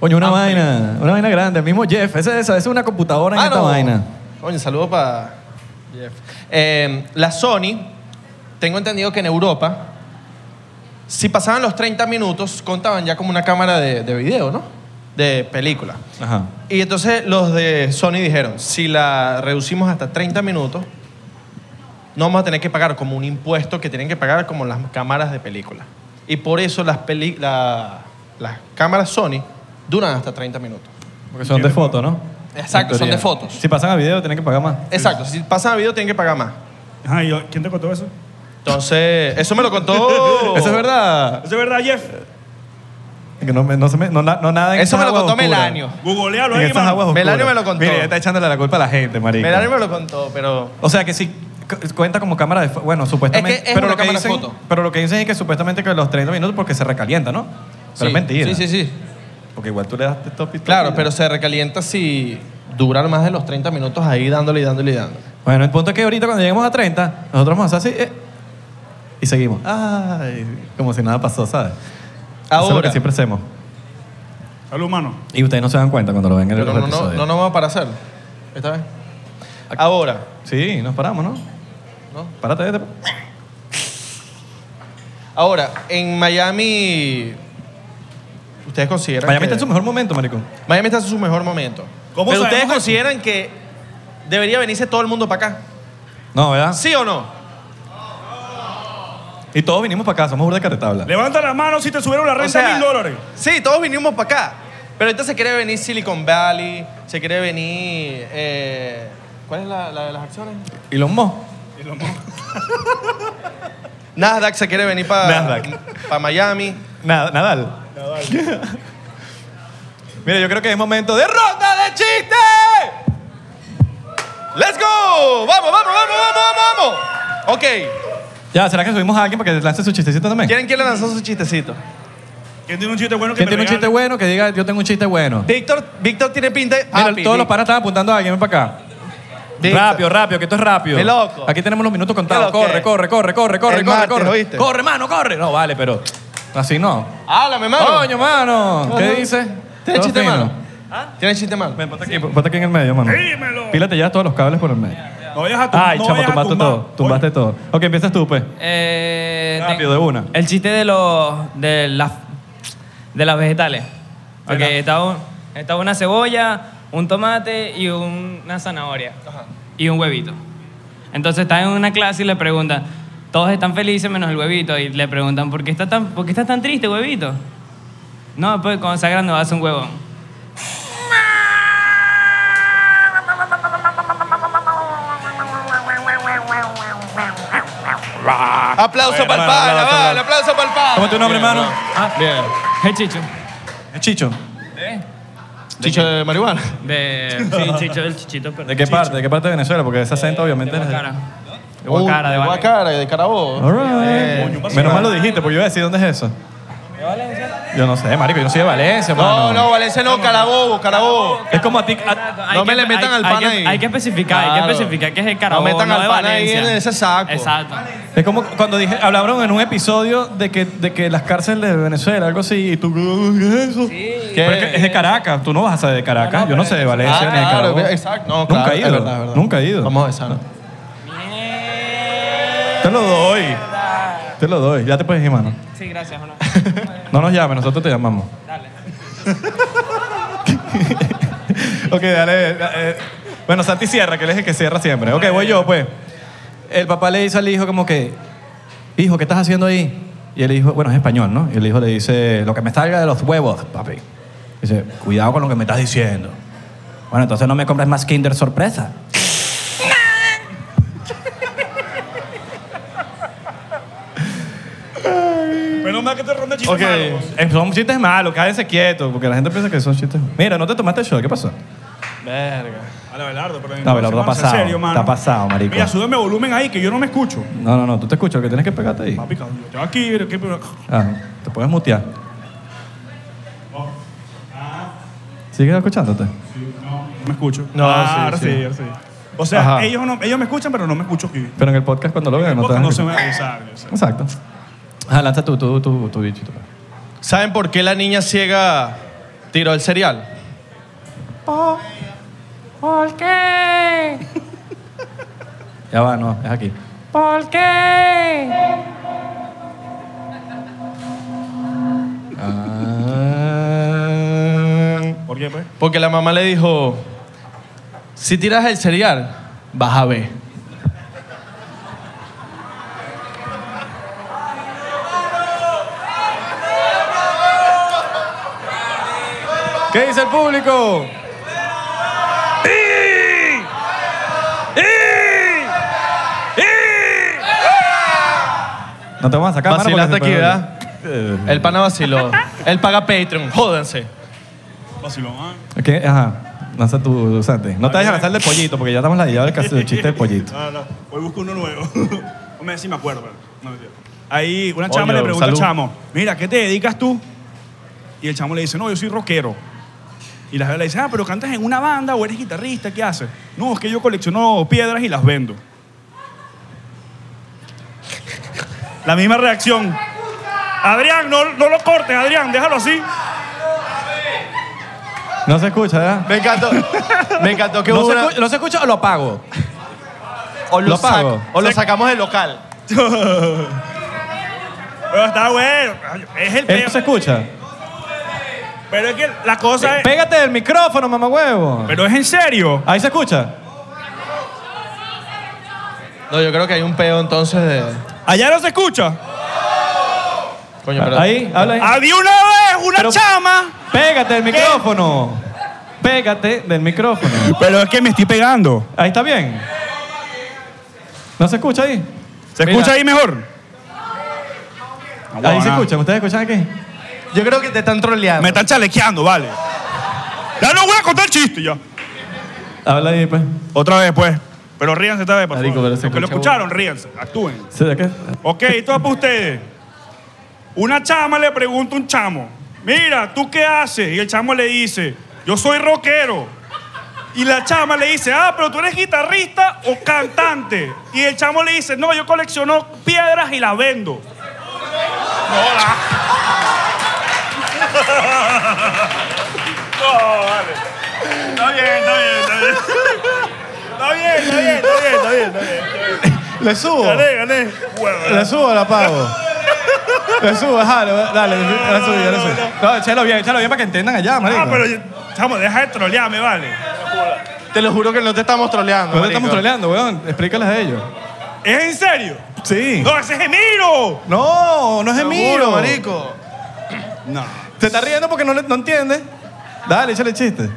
Coño, una
Amplio.
vaina, una vaina grande. El mismo Jeff, ese esa, esa es una computadora en
Ah,
esta
no.
vaina.
Coño, saludo para Jeff. Eh, la Sony, tengo entendido que en Europa, si pasaban los 30 minutos, contaban ya como una cámara de, de video, ¿no? De película.
Ajá.
Y entonces los de Sony dijeron, si la reducimos hasta 30 minutos, no vamos a tener que pagar como un impuesto que tienen que pagar como las cámaras de película. Y por eso las, peli- la- las cámaras Sony duran hasta 30 minutos.
Porque son de foto, ¿no?
Exacto,
En
son
teoría.
de fotos.
Si pasan a video, tienen que pagar más.
Exacto, si pasan a video tienen que pagar más.
Ajá, ¿y yo- ¿quién te contó eso?
Entonces, eso me lo contó...
Eso es verdad.
¿Eso es verdad, Jeff?
Que no, me- no, se me- no, na- no nada en
Eso
esas
me lo
aguas
contó
oscuras.
Melanio.
Googlealo
En
ahí,
esas
mano.
aguas oscuras.
Melanio me lo contó.
Mira, ya está echándole la culpa a la gente, marico.
Melanio me lo contó, pero...
O sea que sí, c- cuenta como cámara de fo- Bueno, supuestamente.
Es que es
pero
una
lo que
cámara de
dicen,
foto.
Pero lo que dicen es que supuestamente que los 30 minutos porque se recalienta, ¿no? Pero
Sí,
es mentira.
Sí, sí, sí.
Porque igual tú le das top y top
Claro,
y-
pero se recalienta si duran más de los 30 minutos ahí dándole y dándole y dándole.
Bueno, el punto es que ahorita cuando lleguemos a 30, nosotros vamos a hacer así eh, y seguimos. Ay, como si nada pasó, ¿sabes? Eso es lo
Ahora,
que siempre hacemos.
Salud, humano.
Y ustedes no se dan cuenta cuando lo ven en el
pero no, no,
episodio.
no, no vamos para hacerlo. Esta vez. Ahora,
Sí, nos paramos, ¿no?
¿no?
Párate, vete.
Ahora, en Miami, ¿ustedes consideran
Miami
que-
está en su mejor momento, marico.
Miami está en su mejor momento.
¿Cómo
pero ustedes
sabemos
consideran que debería venirse todo el mundo para acá.
No, ¿verdad?
¿Sí o no?
Y todos vinimos para acá, somos burda de caretabla.
Levanta la mano si te subieron la
O
renta
sea,
a mil dólares.
Sí, todos vinimos para acá. Pero ahorita se quiere venir Silicon Valley, se quiere venir. eh, ¿Cuál es la, la de las acciones?
Y los mos.
Y lo mo-
Nasdaq se quiere venir para
Nasdaq.
Miami.
Nada, Nadal. Mira, yo creo que es momento de ronda de chistes.
¡Let's go! ¡Vamos, vamos, vamos, vamos, vamos! Ok,
Ya, ¿será que subimos a alguien para que lance su chistecito también?
¿quieren que le lanzó su chistecito?
¿Quién tiene un chiste bueno que
¿Quién
me
tiene un chiste
regale?
bueno que diga yo tengo un chiste bueno?
Víctor, Víctor tiene pinta de.
Mira,
Papi,
todos
Vic-
los panas están apuntando a alguien, ven para acá.
Víctor.
Rápido, rápido, que esto es rápido.
Qué loco.
Aquí tenemos los minutos
Qué
contados.
loco
Corre,
es.
corre, corre, corre, corre,
El
corre,
martes,
corre.
¿oíste?
Corre, mano, corre. No, vale, pero así no.
Háblame, mano.
Coño, ¿Ah? mano. ¿Qué
Ajá.
dices?
¿Tienes
Todo
chiste
fino.
malo? ¿Tienes chiste malo?
Ven, ponte aquí, ponte aquí en el medio, mano.
Dímelo.
Pílate ya todos los cables por el medio.
No vayas a tumbar.
Ay,
no
chamo,
vayas a
tumbaste
tumbar.
todo. Tumbaste todo. Ok, empiezas tú, pues.
Eh,
Rápido,
ten-
de una.
El chiste de los de las de las vegetales. Ok, estaba, un- estaba una cebolla, un tomate y una zanahoria y un huevito. Entonces están en una clase y le preguntan, todos están felices menos el huevito y le preguntan, ¿por qué está tan, por qué está tan triste, huevito? No, pues cuando sea grande va a ser un huevón.
Aplauso para el
hermano,
pana,
aplauso,
vale, aplauso para el pana.
¿Cómo es tu nombre, hermano?
Ah,
Bien.
el chicho.
Es Chicho.
Chicho de marihuana.
De, sí, chicho, el chichito, pero
¿De qué parte? Oh, ¿De qué parte de Venezuela? Porque ese
Eh,
acento obviamente
de
es...
Guacara. De Guacara, de
de
Guacara.
Guacara, de Carabobo.
All
Eh,
right.
Coño,
Menos mal lo dijiste, porque yo iba a decir dónde es eso. Yo no sé, marico, yo no soy de Valencia,
No,
mano.
no, Valencia no, Carabobo, Carabobo.
Es como a ti... a-
Exacto, hay
no
que-
me le metan
hay-
al
hay
pana
que-
ahí.
Hay que especificar, hay
Claro.
que especificar que es el
No
carabobo.
metan al
de
pana ahí
Valencia.
en ese saco.
Exacto.
Es como cuando dije, hablaron en un episodio de que, de que las cárceles de Venezuela, algo así, y tú, ¿qué es eso? Pero es, que es de Caracas, tú no vas a ser de Caracas,
No, no,
yo no
pero
sé de
es-
Valencia
Ah,
ni de
claro,
Carabobo.
exacto. No,
nunca
claro,
he ido,
es verdad, es verdad.
nunca he ido.
Vamos a besarnos.
Te lo doy, te lo doy, ya te puedes ir, mano.
Sí, gracias, Jonás.
No nos llames, nosotros te llamamos.
Dale.
ok, dale. eh, bueno, Santi cierra, que él es el que cierra siempre. Ok, voy yo, pues. El papá le dice al hijo como que, hijo, ¿qué estás haciendo ahí? Y el hijo, bueno, es español, ¿no? Y el hijo le dice, lo que me salga de los huevos, papi. Dice, cuidado con lo que me estás diciendo. Bueno, entonces no me compres más Kinder Sorpresa.
Menos mal que te ronda chistes
Ok.
malos.
Eh, son chistes malos, cádense quietos, porque la gente piensa que son chistes... Mira, no te tomaste el shot, ¿qué pasó?
Verga.
Dale, Abelardo, pero...
No, Abelardo,
mano,
está pasado,
en serio, mano.
está pasado, marico.
Mira, súbeme volumen ahí, que yo no me escucho.
No, no, no, tú te escuchas, que tienes que pegarte ahí.
Papi, cabrón, yo estoy aquí, pero qué... pero-
Ah, te puedes mutear. ¿Sigues escuchándote?
No me escucho.
No, sí,
ah, ahora
sí.
sí, ahora sí. O sea,
Ajá.
ellos, no, ellos me escuchan, pero no me escucho aquí.
Pero en el podcast cuando lo vean no te
Porque
vas a
no se
escuchar.
me va a avisar. o sea.
Exacto. Ah, lanza tu, tu, tu, tu bichito.
¿Saben por qué la niña ciega tiró el cereal?
¿Por qué?
Ya va, no, es aquí.
¿Por qué?
¿Por qué, pues?
Porque la mamá le dijo, si tiras el cereal, vas a ver.
¿Qué dice el público? No te vamos a sacar mano,
Vacilaste
porque
aquí,
se-
¿verdad? El pana vaciló. Él paga Patreon, jódanse.
Vacilón, ¿ah?
Ok, Ajá. Lanza tu Santi. No te dejes lanzar el del pollito, porque ya estamos ladillados del cas- del chiste del pollito.
No, no. Hoy busco uno nuevo. no me si me acuerdo, pero no mentira. Ahí una chama
Coño,
le pregunta al
salud.
chamo, mira, ¿qué te dedicas tú? Y el chamo le dice, no, yo soy rockero. Y la jeva le dice, ah, pero cantas en una banda o eres guitarrista, ¿qué haces? No, es que yo colecciono piedras y las vendo. La misma reacción. Adrián, no, no lo cortes, Adrián, déjalo así.
No se escucha, ¿verdad?
Me encantó. Me encantó que
No
hubo
se,
una-
escucha, no se escucha o lo apago.
o lo,
lo
sac-
pago.
o lo sacamos del local.
Pero está bueno. Es el
Él
peor.
no se Eh, escucha.
Pero es que la cosa es.
Pégate del micrófono, mamá huevo.
Pero es en serio.
Ahí se escucha.
No, yo creo que hay un peo entonces de.
Allá no se escucha.
Coño, pero.
Ahí, habla
Ah.
ahí.
Había una vez una
Pero-
chama.
Pégate del micrófono. Pégate del micrófono.
Pero es que me estoy pegando.
Ahí está bien. ¿No se escucha ahí?
¿Se
Mira.
escucha ahí mejor?
Ahí se
Guau,
escucha. ¿Ustedes escuchan aquí?
Yo creo que te están
nada.
troleando.
Me están chalequeando, vale. Ya no voy a contar el chiste ya.
Habla ahí, pues.
Otra vez, pues. Pero ríanse esta vez, por
Marico,
favor.
pero se
Los que lo
escucha
escucharon, ríanse. Actúen.
¿Será que?
Ok, esto es para ustedes. Una chama le pregunta a un chamo. mira, ¿tú qué haces? Y el chamo le dice, yo soy rockero. Y la chama le dice, ah, pero tú eres guitarrista o cantante. Y el chamo le dice, no, yo colecciono piedras y las vendo. No, la... No, vale. Está bien, está bien, está bien. Está bien, está bien, está bien, está bien.
Le subo.
Gané, gané. Huevo.
Le subo o la pago. Le subo, ajá, le- dale, la subí, la subí.
No, échalo bien, échalo bien para que entiendan allá, marico.
Ah, pero yo- chamo, deja de trolearme, vale.
Te lo juro que no te estamos troleando.
¿Por qué te
marico.
Pues estamos troleando, weón? Explícales a ellos.
¿Es en serio?
Sí.
No, ese es Emiro.
No, no es
Seguro,
Emiro.
marico.
No. Te está riendo porque no, le- no entiende. Dale, échale chiste.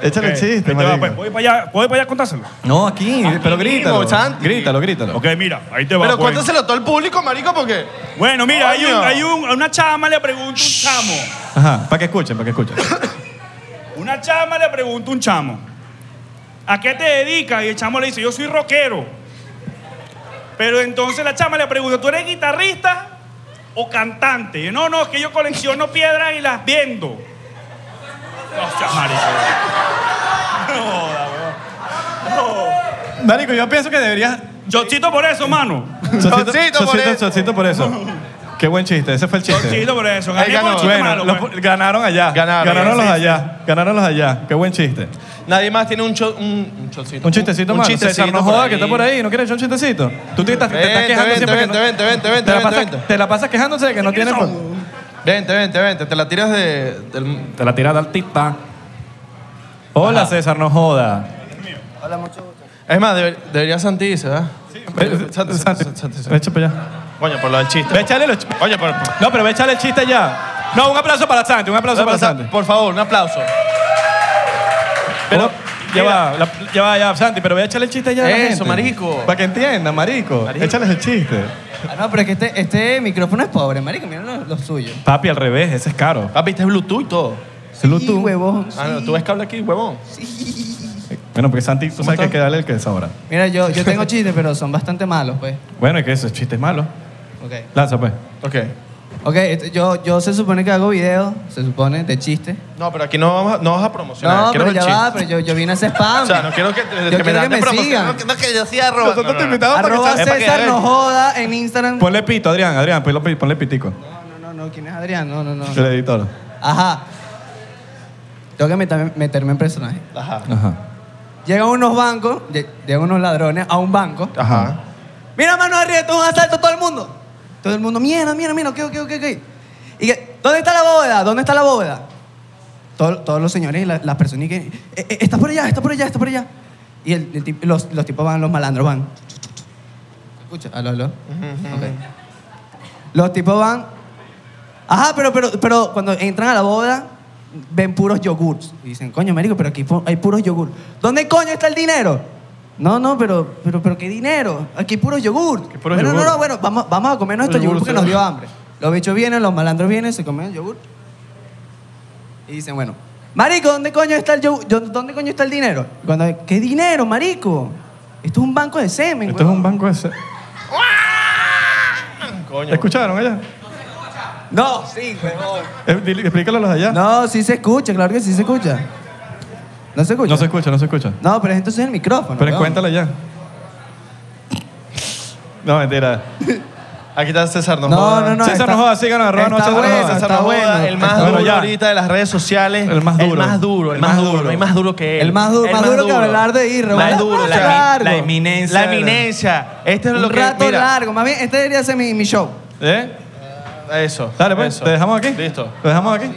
Échale
Ok, ahí te
chiste,
va, pues.
marico.
¿Puedo ir para allá, ¿puedo ir para allá a contárselo?
No, aquí,
mismo,
pero grítalo.
Santi.
Grítalo, grítalo.
Ok, mira, ahí te va.
Pero
pues.
cuéntaselo a todo el público, marico, porque.
Bueno, mira, hay, un,
Coño.
hay un- a una chama le pregunta un chamo.
Ajá, para que escuchen, para que escuchen.
Una chama le pregunta un chamo. ¿A qué te dedicas? Y el chamo le dice, yo soy rockero. Pero entonces la chama le pregunta, ¿tú eres guitarrista o cantante? Y, no, no, es que yo colecciono piedras y las viendo. Hostia, marico.
Marico, yo pienso que deberías.
Yo chito por eso, mano.
Chocito,
Chocito por eso.
chocito por eso. Qué buen chiste, ese fue el
Yo
chiste.
chito por eso. Gané
Ahí
por
ganó.
chiste
Bueno,
malo,
los-
pues.
ganaron allá.
Ganaron.
los
Sí, sí.
allá. Ganaron los allá. Qué buen chiste.
Nadie más tiene un, cho- un, un chocito.
Un chistecito más.
chistecito
César, no
por
jodas
ahí.
que está por ahí. ¿No quieres echar un chistecito? Tú te, estás- te estás
Vente,
quejando
vente,
siempre
vente,
que no-
vente, vente, vente,
te, la
vente,
pasas,
vente.
te la pasas quejándose de que no tienes...
Vente, vente, vente. Te la tiras de. del-
Te la tiras al tita. Hola, César, no joda.
Es más, deber- debería Santi irse, ¿verdad?
Ve-
Santi, Santi,
Santi,
Santi, Santi.
ve, echa para allá.
Coño, por lo del
Ve,
chiste.
échale los... ch-
Oye, por, por-
No, pero ve, échale el chiste ya. No, un aplauso para Santi, un aplauso para Santi.
por favor, un aplauso.
Pero, ya
Oh, mira.
va, la- ya va, ya, Santi, pero voy a echarle el chiste ya. a la
Eso,
gente.
marico.
Para que entiendan, marico. Échales el chiste.
Ah, no, pero es que este, este micrófono es pobre, marico. Mira lo, lo suyo.
Papi, al revés, ese es caro.
Ah, viste, es Bluetooth y todo.
Sí,
Bluetooth.
huevón.
Ah, no, tú ves cable aquí, huevón.
Bueno, porque Santi, tú sabes que hay que darle el que es ahora.
Mira, yo, yo tengo chistes, pero son bastante malos, pues.
Bueno, es que esos chistes malos.
Ok.
Lanza, pues.
Ok.
Ok, este, yo, yo se supone que hago videos, se supone, de chistes.
No, pero aquí no, vamos a, no vas a promocionar.
No,
Quiero
pero
el
ya
chiste.
va, pero yo, yo vine a hacer spam.
O sea, no quiero que,
Yo
que me
quiero que
dan de
me
promoción.
sigan.
No, que- no, que yo sí arroba.
Nosotros te invitamos para que
Arroba
echa-
para que
César
hagan-
no joda en Instagram.
Ponle pito, Adrián, Adrián, ponle, ponle pitico.
No, no, no, ¿quién es Adrián? No, no, no.
El editor.
Ajá. Tengo que meterme, meterme en personaje.
Ajá.
Ajá.
Llegan unos bancos, lle- llegan unos ladrones a un banco.
Ajá.
Mira, mano arriba, esto es un asalto, todo el mundo. Todo el mundo, mierda, mierda, mierda, ok, ok, ok, ok. Y que, ¿dónde está la bóveda? ¿Dónde está la bóveda? Todo- todos los señores y la- las personas y que, "Eh, eh, está por allá, está por allá, está por allá. Y el- el tip- los, los tipos van, los malandros van. Escucha, aló, aló. Ok. Los tipos van. Ajá, pero, pero, pero cuando entran a la boda, ven puros yogurts. Y dicen, coño, marico, pero aquí pu- hay puros yogurts. ¿Dónde coño está el dinero? No, no, pero, pero, pero ¿qué dinero? Aquí hay puros yogurts.
puros
bueno,
yogur.
no, no, bueno, vamos, vamos a comernos estos yogurts porque nos dio hambre. Los bichos vienen, los malandros vienen, se comen el yogurt. Y dicen, bueno, marico, ¿dónde coño está el yogur? Yo- ¿Dónde coño está el dinero? Y Cuando, ¿qué dinero, marico? Esto es un banco de semen,
Esto es
huevón".
un banco ese.
¡Ah! Coño.
¿Escucharon allá?
No, sí, huevón.
Eh, dile- Explícalo a los allá.
No, sí se escucha, claro que sí se escucha. No se escucha.
No se escucha, no se escucha.
No, pero entonces es el micrófono.
Pero
weón.
cuéntalo ya. No, mentira.
Aquí está César
No,
No Joda.
no, no.
César
está-
no joda, síganos, arroba
está
no, César no
bueno,
joda.
está
César No Joda,
bueno.
el más
Bueno,
duro
ya.
ahorita de las redes sociales.
El más
El
duro.
más duro, el
El
más,
más
duro.
duro.
No hay más duro que él.
El más duro, más duro que hablar de Irra,
Más
¿verdad?
duro,
Un
la-
rato largo.
La eminencia.
La eminencia. Este es
Un
lo que.
rato
mira,
largo. Más bien, este debería ser mi, mi show.
¿Eh?
Eso.
Dale, pues,
eso.
¿te dejamos aquí?
Listo.
¿Te dejamos aquí?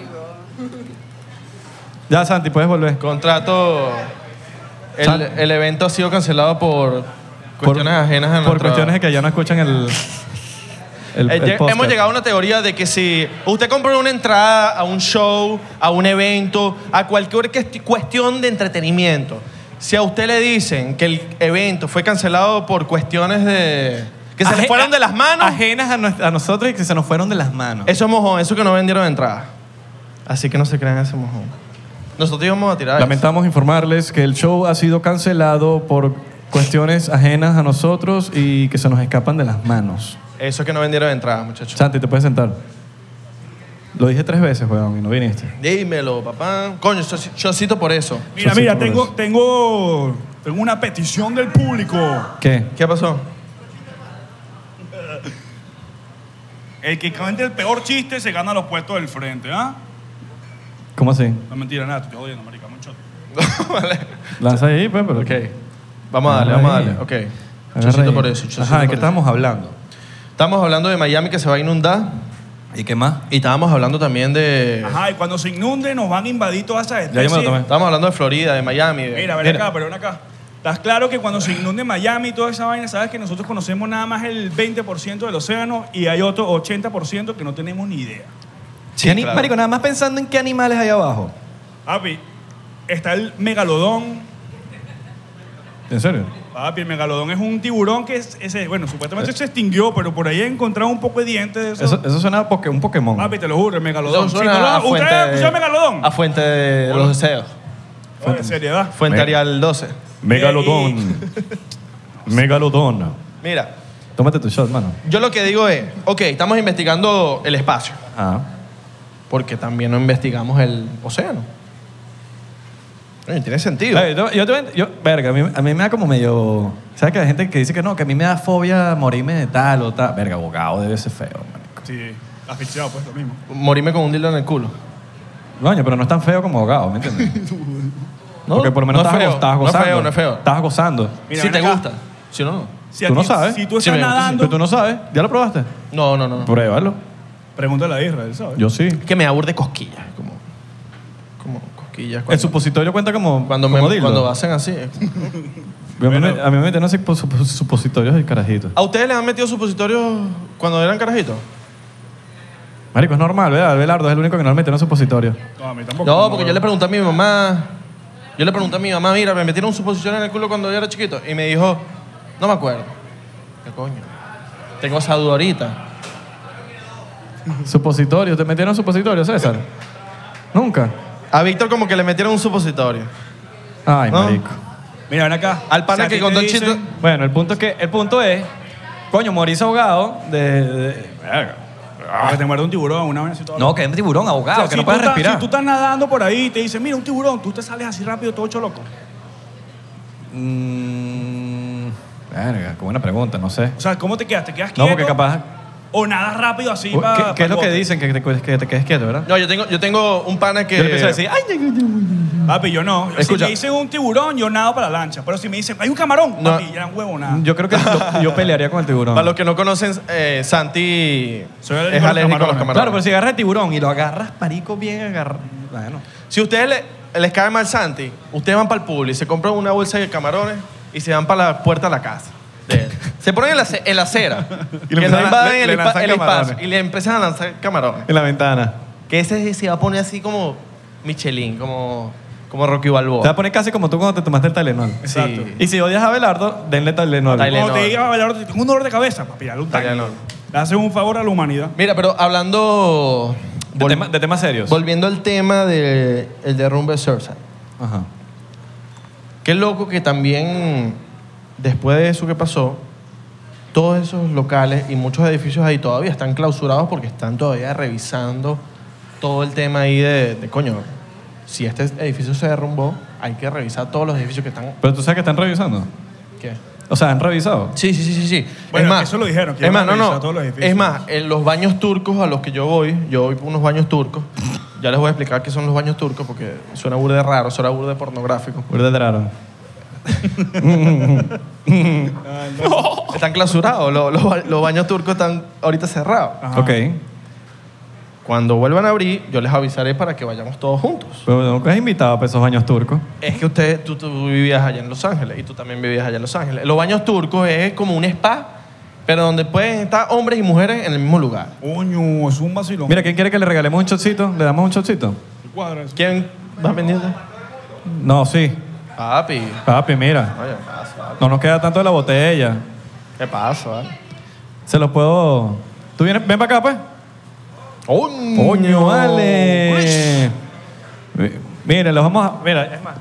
Ya, Santi, puedes volver.
Contrato. El,
Sal-
el evento ha sido cancelado por cuestiones ajenas a
Por
nuestra-
cuestiones que ya no escuchan el. el-
Eh,
el
lleg-
podcast.
hemos llegado a una teoría de que si usted compra una entrada a un show, a un evento, a cualquier cuest- cuestión de entretenimiento, si a usted le dicen que el evento fue cancelado por cuestiones de... que se le
Aje-
fueron de las manos,
Ajenas a, nos- a nosotros y que se nos fueron de las manos.
eso es mojón, eso que no vendieron entrada. Así que no se crean ese mojón. Nosotros íbamos a tirar eso.
Lamentamos informarles que el show ha sido cancelado por cuestiones ajenas a nosotros y que se nos escapan de las manos.
Eso es que no vendieron entradas, muchachos.
Santi, te puedes sentar. Lo dije tres veces, weón, y no viniste.
Dímelo, papá. Coño, yo, yo cito por eso.
Mira,
Yo sí
mira,
creo
tengo,
eso.
tengo, tengo una petición del público.
¿Qué?
¿Qué pasó?
El que cuente el peor chiste se gana los puestos del frente, ¿ah?
¿Cómo así?
No mentira, nada, te estoy jodiendo, marica, mucho.
vale.
Lanza ahí, pues, pero.
Ok. Vamos a darle, vamos a darle. Ok.
Agarra
Chocito
ahí.
por eso. chocito
Ajá, ¿de
por eso.
qué estábamos hablando?
Estamos hablando de Miami que se va a inundar.
¿Y qué más?
Y estábamos hablando también de.
Ajá, y cuando se inunde nos van a invadir todas esas
Ya yo
especies.
me lo tomé.
Estábamos hablando de Florida, de Miami. de-
Mira, ven acá, pero ven acá. ¿Estás claro que cuando se inunde Miami y toda esa vaina, sabes que nosotros conocemos nada más el 20% del océano y hay otro 80% que no tenemos ni idea?
Sí,
¿Qué ani-
claro.
Marico, nada más pensando en qué animales hay abajo.
Papi, está el megalodón.
¿En serio?
Papi, el megalodón es un tiburón que es, ese- bueno, supuestamente se extinguió, pero por ahí he encontrado un poco de dientes de eso.
Eso, eso suena a poke- un Pokémon.
Papi, te lo juro, el megalodón.
Eso
Si
suena
no lo-
a
¿Ustedes
fuente
han escuchado el
de-
megalodón?
A fuente de los deseos.
Oye, seriedad.
Fuente
Me-
Arial 12.
Megalodón. Megalodón.
Mira,
Tómate tu shot, mano.
yo lo que digo es: ok, estamos investigando el espacio.
Ah.
Porque también no investigamos el océano. Oye, tiene sentido.
Oye, Yo, yo te- yo- verga, a mí, a mí me da como medio. ¿Sabes que hay gente que dice que no, que a mí me da fobia morirme de tal o tal? Verga, abogado debe ser feo, marico.
Sí, asfixiado, pues lo mismo.
Morirme con un dildo en el culo.
Coño, pero no es tan feo como abogado, ¿me entiendes? Porque por lo menos
no es
estás,
feo,
go- estás
no es
gozando.
feo, no es feo.
Estás gozando.
Mira,
si
ven
te
acá.
gusta. Si no, no.
Si a
Tú no
ti-
sabes.
Si tú
Sí,
estás
me gusta, sí.
nadando,
Pero tú no sabes. ¿Ya lo probaste?
No, no, no. no.
Pruébalo.
pregúntale a Israel, ¿sabes?
Yo sí.
Es que me aburre cosquillas. Como, como cosquillas.
El
Cuando,
supositorio cuenta como.
cuando,
como
me,
dildo.
cuando hacen así.
A mí me- a mí me metieron así por supo- supositorios del carajito.
¿A ustedes les han metido supositorios cuando eran carajitos?
Marico, es normal, ¿verdad? Belardo es el único que no le metió un supositorio.
No, a mí tampoco.
No, porque yo le pregunté a mi mamá. Yo le pregunté a mi mamá, mira, me metieron un supositorio en el culo cuando yo era chiquito. Y me dijo, no me acuerdo. ¿Qué coño? Tengo esa duda ahorita.
Supositorio, ¿te metieron supositorio, César? Nunca.
A Víctor como que le metieron un supositorio.
Ay,
No.
marico.
Mira, ven acá.
Al pana
Si a
que
ti
contó
te
el chiste-
dicen-
Bueno, el punto es que el punto es, coño, morís ahogado de, de-
Ah, Que te muerde un tiburón, una vez así todo.
no, que es un tiburón
O
ahogado,
sea,
que
si
no
tú
puedes
estás-
respirar.
Si tú estás nadando por ahí y te dicen, mira, un tiburón, tú te sales así rápido, todo hecho loco.
Mm, verga, qué buena pregunta, no sé.
O sea, ¿cómo te quedas? ¿Te quedas quieto?
No, porque capaz
O nadas rápido así
¿Qué,
pa- pa
qué es lo
el
que
bote.
dicen que te, que te quedes quieto, verdad?
No, yo tengo, yo tengo un pana que...
Yo le empiezo a decir, ay, ay, ay, ay".
Papi, yo no.
Escucha.
Si me dicen un tiburón, yo nado para la lancha. Pero si me dicen, hay un camarón,
No.
papi, ya un huevo nada.
yo creo que yo, yo pelearía con el tiburón.
Para los que no conocen, eh, Santi
Soy
es
alérgico
alérgico
a los
a los
camarones.
camarones.
Claro, pero si agarras el tiburón y lo agarras parico bien agarrado. Bueno.
Si a ustedes le- les cae mal Santi, ustedes van para el Publi, se compran una bolsa de camarones y se van para la puerta de la casa. de él. Se ponen en la, ce- en la acera.
Y
y
le
que no
empiezan a-
invaden
le-
el,
le
espa-
lanzan
el espacio.
camarones.
Y le empiezan a lanzar camarones.
En la ventana.
Que ese se va a poner así como Michelin, como, como Rocky
Te va a
Balboa.
poner casi como tú cuando te tomaste el Tylenol.
Exacto.
Y si odias a Belardo, denle Tylenol.
Tylenol.
Cuando te digan, "Vale, tengo un dolor de cabeza, papi, dale un
Dale,
tanque. Le haces un favor a la humanidad.
Mira, pero hablando...
De,
vol-
tema- de temas serios.
volviendo al tema del el derrumbe de Surfside.
Ajá.
Qué loco que también, después de eso que pasó, todos esos locales y muchos edificios ahí todavía están clausurados porque están todavía revisando todo el tema ahí de, de, coño, si este edificio se derrumbó, hay que revisar todos los edificios que están...
Pero tú sabes que están revisando.
¿Qué?
O sea, han revisado.
Sí, sí, sí, sí, sí.
Bueno,
es más,
eso lo dijeron, que
Es más,
iban a
no, no.
revisar todos los edificios.
es más, en los baños turcos a los que yo voy, yo voy por unos baños turcos. Ya les voy a explicar qué son los baños turcos porque suena burde raro, suena burde pornográfico.
Burda de raro.
Están clausurados, los, los ba- los baños turcos están ahorita cerrados.
Ajá.
Ok.
Cuando vuelvan a abrir, yo les avisaré para que vayamos todos juntos.
Pero nunca has Pues, invitado para esos baños turcos.
Es que ustedes, tú, tú vivías allá en Los Ángeles y tú también vivías allá en Los Ángeles. Los baños turcos es como un spa, pero donde pueden estar hombres y mujeres en el mismo lugar.
Coño, es un vacilón.
Mira, ¿quién quiere que le regalemos un chocito? ¿Le damos un chocito?
Cuadra eso.
¿Quién va vendiendo?
No, sí.
Papi.
Papi, mira.
Oye, ¿qué pasa?
No nos queda tanto de la botella.
¿Qué pasa? vale?
Se los puedo... ¿Tú vienes? Ven para acá, pues.
¡Coño!
Mm.
Coño,
Uish.
vale. Mi- Mira, los vamos a... Mira, es más.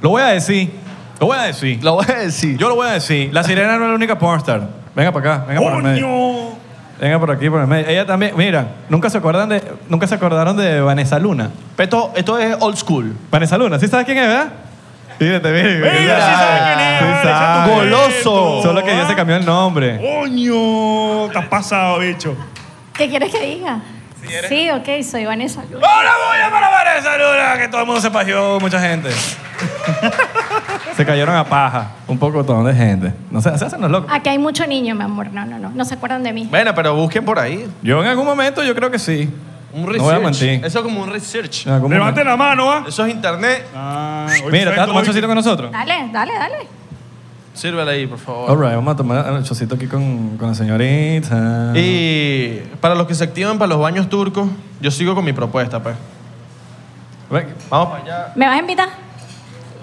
Lo voy a decir. Lo voy a decir.
Lo voy a decir.
Yo lo voy a decir. La sirena no es la única pornstar. Venga para acá. Venga para acá.
Coño.
Venga por aquí, por el medio. Ella también, mira, nunca se acuerdan de, nunca se acordaron de Vanessa Luna.
Esto, esto es old school.
Vanessa Luna, ¿sí sabes quién es, verdad? Fíjate, mira.
Mira, sí sabe quién es, vale, echa tu
Goloso.
cuento,
Solo que ya se
¿ah?
cambió el nombre.
¡Coño! Estás pasado, bicho.
¿Qué quieres que diga? Sí, ok, soy Vanessa.
¡Hola, voy para Vanessa Luna! Que todo el mundo se pajeó, mucha gente. se cayeron a paja un poco de gente. No sé, se hacen los locos.
Aquí hay mucho niño, mi amor. No, no, no. No se acuerdan de mí.
Bueno, pero busquen por ahí.
Yo en algún momento yo creo que sí.
Un
No
research.
voy a Ah. mentir.
Eso es como un research.
En algún
Levanten la mano, ¿ah?
Eso es internet.
Ah, oye,
Mira,
¿sabes
¿estás
cómo
tomando un
vi-
chocito con nosotros?
Dale, dale, dale.
Sírvela ahí, por favor.
Alright, vamos a tomar el chocito aquí con, con la señorita.
Y para los que se activan para los baños turcos, yo sigo con mi propuesta, pues.
Ve-
Vamos para allá.
¿Me vas a invitar?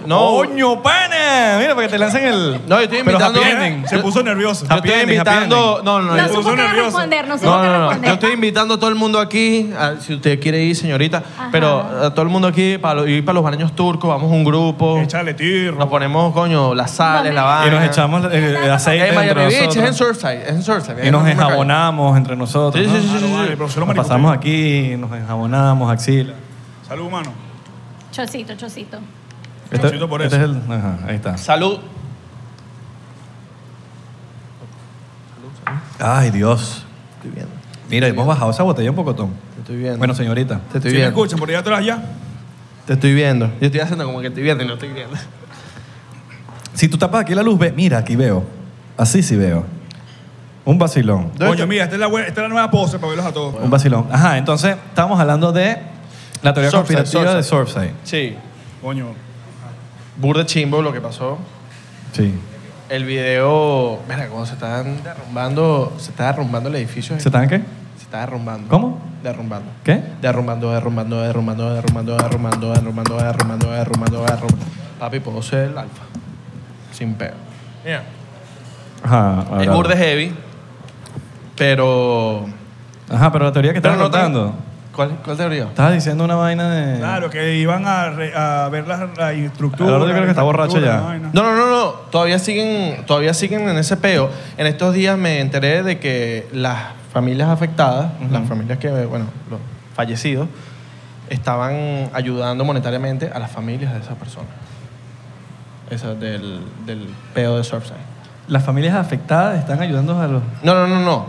No.
¡Coño, pana! Mira, para que te lancen el...
No, yo estoy
Pero
invitando.
happy ending.
Se puso nervioso.
Yo
Happy
estoy
ending, happy
invitando. No, no,
No,
no. yo-
puso
supo qué
nervioso.
responder, no supo
No,
qué
no, no.
responder.
Yo estoy invitando a todo el mundo aquí, a- si usted quiere ir, señorita, pero a todo el mundo aquí, para lo- ir para los baños turcos, vamos un grupo,
Échale
nos
tirro.
ponemos, coño, las
¿Dónde?
sales, la
Y
vaina.
nos echamos el, aceite
En
entre
Miami Beach, es en
nosotros.
Surfside, es en Surfside.
Y
ahí
nos
me caigo.
enjabonamos entre nosotros.
Sí,
¿no?
sí, sí, sí, sí,
Vale,
sí.
profesor
Nos
Marico,
pasamos aquí, nos enjabonamos, axila.
Salud, humano.
Chocito, chocito.
Este,
Chocito por
este es
eso.
el... Ajá, ahí está.
Salud.
Ay, Dios.
Estoy viendo.
Mira, hemos bajado esa botella un pocotón.
Te estoy viendo.
Bueno, señorita.
te estoy
Si me
viendo.
escuchan por allá atrás ya.
Te estoy viendo. Yo estoy haciendo como que estoy viendo y no estoy viendo.
Si tú tapas aquí la luz, ve. Mira, aquí veo. Así sí veo. Un vacilón.
¿Dónde
Coño,
está?
mira, esta es, la, hue- esta es la nueva pose para verlos a todos.
Un vacilón. Ajá, entonces estábamos hablando de la teoría
Surfside,
conspirativa de Surfside.
Sí.
Coño.
Burde chimbo lo que pasó.
Sí.
El video. Mira, cómo se están derrumbando. Se está derrumbando el edificio.
¿Se están qué?
Se está derrumbando.
¿Cómo?
Derrumbando.
¿Qué?
Derrumbando, derrumbando, derrumbando, derrumbando, derrumbando, derrumbando, derrumbando, derrumbando, derrumbando. Papi, puedo ser el alfa. Sin peo. Mira.
Ajá.
Es
ahora.
burde heavy. Pero.
Ajá, pero la teoría que estabas
pero no tan-
contando.
¿Cuál, ¿Cuál teoría?
Estabas diciendo una vaina de.
Claro, que iban a, re- a ver las la estructuras.
Ahora yo creo que está borracho ya.
No, no, no, no. Todavía siguen, todavía siguen en ese peo. En estos días me enteré de que las familias afectadas, las familias que, bueno, los fallecidos, estaban ayudando monetariamente a las familias de esas personas. Esa del, del peo de Surfside.
Las familias afectadas están ayudando a los.
No, no, no, no.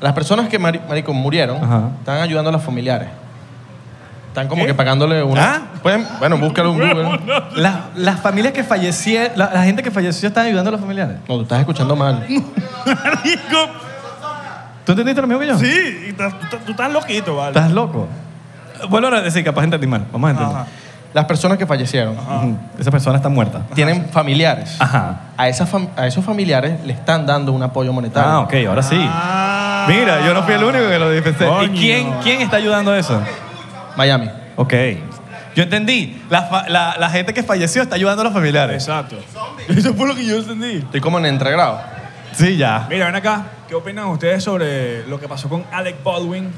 Las personas que, mari- marico, murieron,
Ajá.
están ayudando a los familiares. Están como que pagándole una...
¿Ah?
Pueden- bueno, búscalo en Google.
Las, las familias que fallecieron. La, la gente que falleció están ayudando a los familiares.
No, tú estás escuchando mal.
Marico,
¿Tú entendiste lo mismo que yo?
sí, y estás- tú, estás- tú estás loquito, ¿vale?
¿Estás loco? Bueno, ahora sí, capaz entendí mal. Vamos a entender.
Ajá.
Las personas que fallecieron
Ujú. Esa persona está muerta.
tienen familiares.
Ajá.
a, esas fam- a esos familiares le están dando un apoyo monetario.
Ah, ok, ahora sí.
Ah.
Mira, yo no fui el único que lo pensé. ¿Y
Coño.
quién, quién está ayudando a eso?
Miami.
Ok. Yo entendí. La, fa- la- la gente que falleció está ayudando a los familiares.
Exacto. Eso fue lo que yo entendí.
Estoy como en entregrado.
Sí, ya.
Mira, ven acá. ¿Qué opinan ustedes sobre lo que pasó con Alec Baldwin?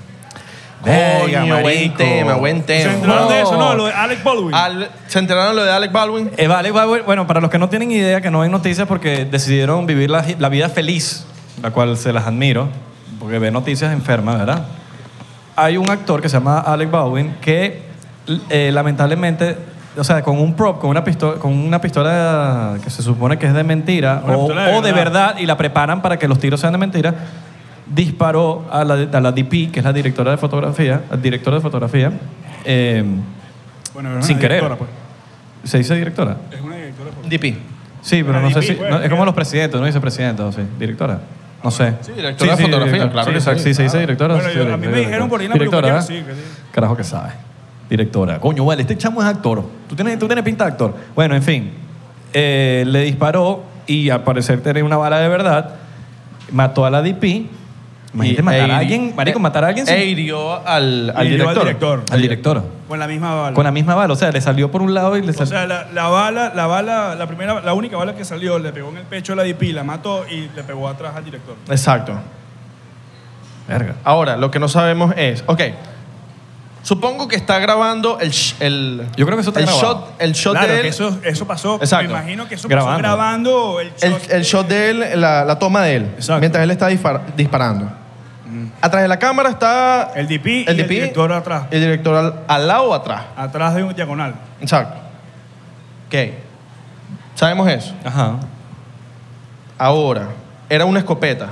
Venga,
buen
marico.
tema, buen tema.
Se enteraron de eso, ¿no? Lo de Alec Baldwin.
Al- ¿Se enteraron lo de Alec Baldwin?
Eh, vale, vale, bueno, para los que no tienen idea, que no ven noticias porque decidieron vivir la, la vida feliz, la cual se las admiro, porque ve noticias enfermas, ¿verdad? Hay un actor que se llama Alec Baldwin que eh, lamentablemente, o sea, con un prop, con una pistola, con una pistola que se supone que es de mentira
Una
o,
pistola de
o de
verdad.
verdad y la preparan para que los tiros sean de mentira, disparó a la, a la DP, que es la directora de fotografía, al director de fotografía, eh,
Bueno, es una
sin querer.
directora, pues.
¿Se dice directora?
Es una directora. pues.
DP.
Sí, pero
La
no sé
DP,
si.
pues,
no, es
que-
como los presidentes, no vicepresidenta, o sí, directora. No sé.
Sí, directora de fotografía, claro que
exacto,
sí,
se dice directora.
Bueno,
sí,
yo- a mí
directora,
me dijeron por ahí en la
Directora,
peluquería,
¿eh?
sí, que sí.
Carajo que sabe. Directora. Coño, vale, este chamo es actor. Tú tienes, tú tienes pinta de actor. Bueno, en fin. Eh, le disparó y al parecer tenía una bala de verdad. Mató a la DP. Imagínate
Y-
matar a
e-
alguien, marico, matar a alguien sin-
E hirió al, al
Y hirió al
director.
director.
al director.
Con la misma bala.
Con la misma bala. O sea, le salió por un lado y le
O
salió.
sea, la, la bala, la bala, la primera, la única bala que salió le pegó en el pecho a la DP, la mató y le pegó atrás al director.
Exacto.
Verga.
Ahora, lo que no sabemos es... Ok. Supongo que está grabando el... sh- el
Yo creo que eso está
el
grabado.
shot, el shot
Claro,
de él.
que eso, eso pasó.
Exacto.
Me imagino que eso
Grabando.
pasó grabando el
El,
shot.
el shot de él, la, la toma de él,
Exacto.
mientras él está dispar- disparando.
Mm.
Atrás de la cámara está
El DP y
el,
el
DP,
director atrás.
El director al, al lado o atrás.
Atrás de un diagonal.
Exacto. Ok. Sabemos eso.
Ajá.
Ahora, era una escopeta,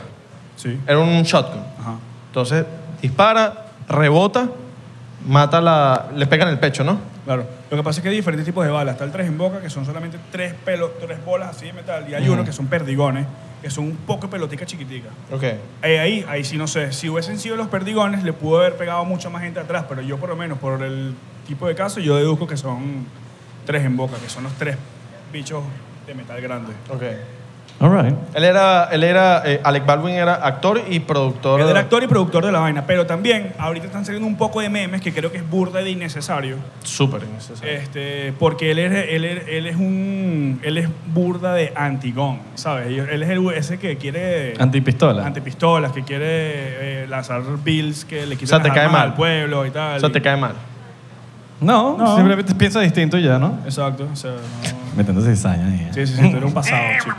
Sí.
era un shotgun.
Ajá.
Entonces, dispara, rebota, mata la. Le pega en el pecho, ¿no?
Claro. Lo que pasa es que hay diferentes tipos de balas. Está el tres en boca, que son solamente tres, pelo, tres bolas así de metal. Y hay uno que son perdigones, que son un poco de pelotica chiquitica.
Ok.
Eh, ahí, ahí sí no sé. Si hubiesen sido los perdigones, le pudo haber pegado a mucha más gente atrás, pero yo por lo menos, por el tipo de caso, yo deduzco que son tres en boca, que son los tres bichos de metal grandes.
Ok.
All right.
Él era. Él era eh, Alec Baldwin era actor y productor.
Él era actor y productor de la vaina, pero también ahorita están saliendo un poco de memes que creo que es burda de innecesario.
Súper innecesario.
Este, porque él es, él, es- él es un. Él es burda de antigón, ¿sabes? Y Él es el ese que quiere.
Eh, Antipistola.
Antipistolas, que quiere eh, lanzar bills que le quitan
sea, te
las
cae
armas
mal.
al pueblo y tal.
o sea, te
y-
cae mal.
No,
No.
simplemente piensa distinto y ya, ¿no?
Exacto. O sea, no-
Metiendo cizaña ahí.
Sí, sí, sí, tú eres un pasado, chico.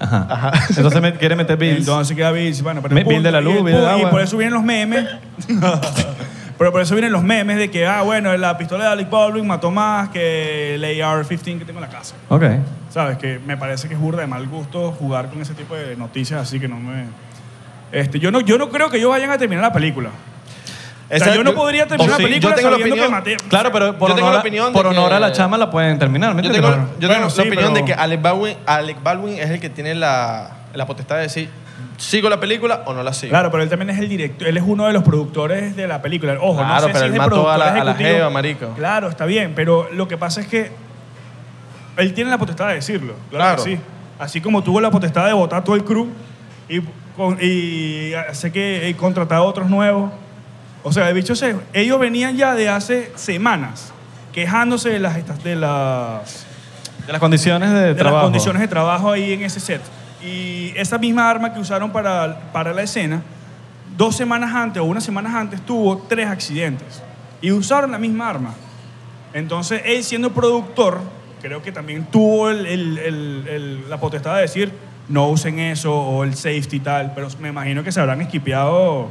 Ajá. Entonces me- quiere meter bills.
Entonces queda Bills, bueno, pero
Me-
el punto-
Bill de la
y
luz,
el
Bill del
pu-
agua.
Y por eso vienen los memes. pero por eso vienen los memes de que, ah, bueno, la pistola de Alec Baldwin mató más que el AR-15 que tengo en la casa.
Ok.
¿Sabes? Que me parece que es burda de mal gusto jugar con ese tipo de noticias, así que no me. Este, yo, no, yo no creo que ellos vayan a terminar la película. O sea,
Esa-
yo no podría terminar
o sí,
la película
yo tengo la
sabiendo
opinión-
que maté.
Claro, pero por,
Yo tengo
honor,
la
a-
opinión de
por honor
que-
a la chama la pueden terminar. ¿me
Yo tengo,
entiendes?
yo
Por-
tengo
Bueno,
la
sí,
opinión
pero-
de que Alec Baldwin, Alec Baldwin es el que tiene la, la potestad de decir, ¿sigo la película o no la sigo?
Claro, pero él también es el director, él es uno de los productores de la película. Ojo, no
Claro,
sé
pero
si
él
es de
mató
productor
a la- a la
ejecutivo.
jeva, marico.
Claro, está bien, pero lo que pasa es que él tiene la potestad de decirlo. Claro.
Claro.
que sí. Así como tuvo la potestad de votar todo el crew y, con- y hacer que y contratar a otros nuevos. O sea, el bicho se- ellos venían ya de hace semanas quejándose de las, estas- de las
de las condiciones de,
de las
trabajo.
condiciones de trabajo ahí en ese set. Y esa misma arma que usaron para, para la escena, dos semanas antes o unas semanas antes tuvo tres accidentes. Y usaron la misma arma. Entonces, él siendo productor, creo que también tuvo el- el- el- el- la potestad de decir, no usen eso o el safety y tal, pero me imagino que se habrán esquipeado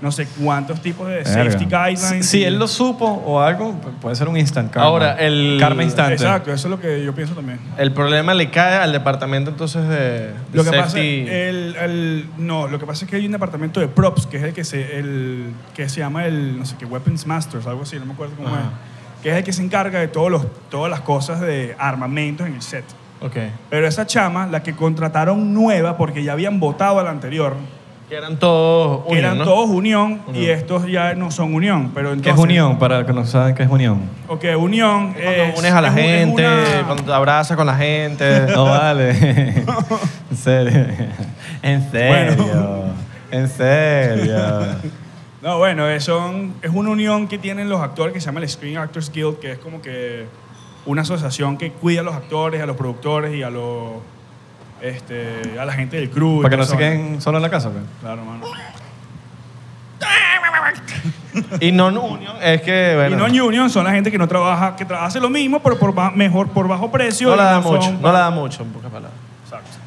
no sé cuántos tipos de
Verga.
safety
Si,
guidelines.
si
y-
él lo supo o algo, pu- puede ser un instant karma.
Ahora, el-
Karma instante.
Exacto, eso es lo que yo pienso también.
El problema le cae al departamento entonces de, de
Lo que pasa, eh,
safety.
el, el- no, lo que pasa es que hay un departamento de props que es el que se, el, que se llama el, no sé qué, Weapons Masters, algo así, no me acuerdo cómo es, que es el que se encarga de todos los, todas las cosas de armamentos en el set.
Ok.
Pero esa chama, la que contrataron nueva porque ya habían votado a la anterior,
Que eran todos
que
union,
eran
¿no?
todos unión y estos ya no son unión. Pero
¿Qué
entonces,
es unión? Para los que no saben qué es unión.
Ok, unión
Cuando
es...
unes a la
eh, es un- es
gente,
una-
cuando te abrazas con la gente.
No vale. en serio. En serio. En serio.
No, bueno, es, son, es una unión que tienen los actores que se llama el Screen Actors Guild, que es como que una asociación que cuida a los actores, a los productores y a los este, a la gente del crew. y
Para que no
toda
se
esa vaina.
queden solo en la casa. pues.
Claro, mano.
y non-union es que, bueno,
y non-union son la gente que no trabaja, que tra- hace lo mismo, pero por ba- mejor, por bajo precio.
no
y
la da
son-
mucho, no la da mucho, en pocas palabras.
Exacto.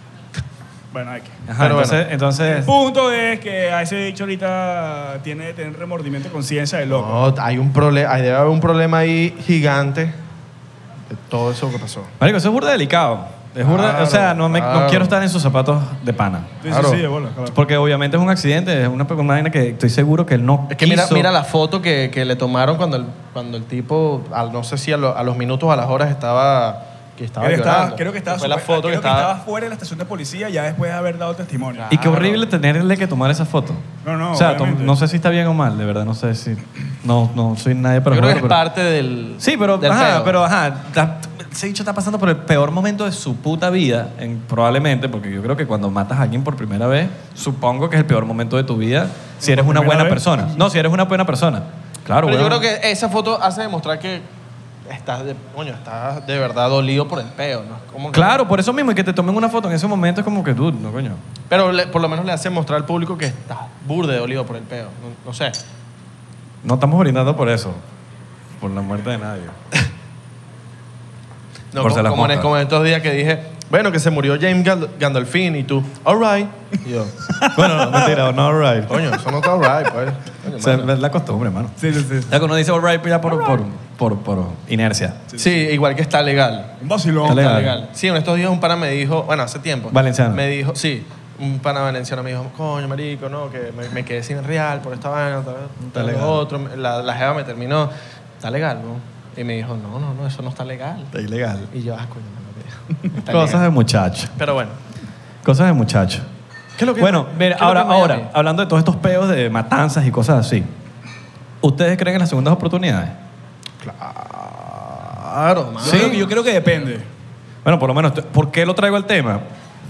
Bueno, hay que.
Ajá,
Pero
entonces,
bueno.
entonces
Punto es que a ese dicho ahorita tiene que tener remordimiento de conciencia de loco.
No, hay un problema, hay debe haber un problema ahí gigante de todo eso que pasó.
Marico, eso es burda delicado. Es burda,
Claro,
o sea, no, me, no
claro.
quiero estar en sus zapatos de pana.
Sí,
claro.
sí, sí, de bola, claro.
Porque obviamente es un accidente, es una, una vaina que estoy seguro que él no
Es que mira,
quiso.
mira la foto que, que le tomaron cuando el, cuando el tipo, al- no sé si a, lo- a los minutos, a las horas estaba, que estaba
Creo que
llorando.
estaba- creo que estaba,
Fue la
super-
foto
creo
que
que
estaba...
estaba fuera de la estación de policía ya después de haber dado testimonio.
Y
Ah,
qué horrible tenerle que tomar esa foto.
No, no,
O sea, tom-
obviamente.
no sé si está bien o mal, de verdad, no sé si. No, no soy nadie para
Yo creo que
jugar,
es
pero-
parte del
Sí, pero,
del
ajá,
pedo.
pero, ajá, ta- ese bicho está pasando por el peor momento de su puta vida, en- probablemente, porque yo creo que cuando matas a alguien por primera vez, supongo que es el peor momento de tu vida si eres una
primera
buena
vez?
persona. No, si eres una buena persona. Claro,
Pero
weón.
yo creo que esa foto hace demostrar que estás de, coño, estás de verdad dolido por el peo, ¿no? Como que-
Claro, por eso mismo, y que te tomen una foto en ese momento es como que, dude, no coño.
Pero le- por lo menos le hace mostrar al público que estás burde dolido por el peo. No, no sé.
No estamos brindando por eso, por la muerte de nadie.
No,
Por
como,
ser las
como en,
moscas.
como en estos días que dije, bueno, que se murió James Gal- Gandolfini y tú, all right. Y yo,
Bueno, mentira, no, all right.
coño, eso no está all right, pues. Coño,
O sea,
mano.
es la costumbre, hermano.
Sí, sí, sí.
O sea, que uno dice all right pues ya por, por, por, por inercia.
Sí, igual que está legal.
Un vacilón.
Dale.
Está
Legal.
legal. Sí, en estos días un pana me dijo, bueno, hace tiempo.
Valenciano.
Me dijo, sí, un pana valenciano me dijo, coño, marico, no, que me, me quedé sin real por esta vaina, tal,
Está
tal,
legal.
lo otro. La, la jeva me terminó, está legal, ¿no? Y me dijo, no, no, no, eso no está legal.
Está ilegal.
Y yo, ah, coño, no me dijo. Está
Cosas
legal.
de muchacho.
Pero bueno.
Cosas de muchacho.
¿Qué es lo que-
Bueno,
qué es
mira,
lo que
ahora,
es Miami?
ahora, hablando de todos estos peos de matanzas y cosas así, ¿ustedes creen en las segundas oportunidades?
Claro, mano.
Yo creo que- yo creo que depende.
Bueno, por lo menos, ¿por qué lo traigo al tema?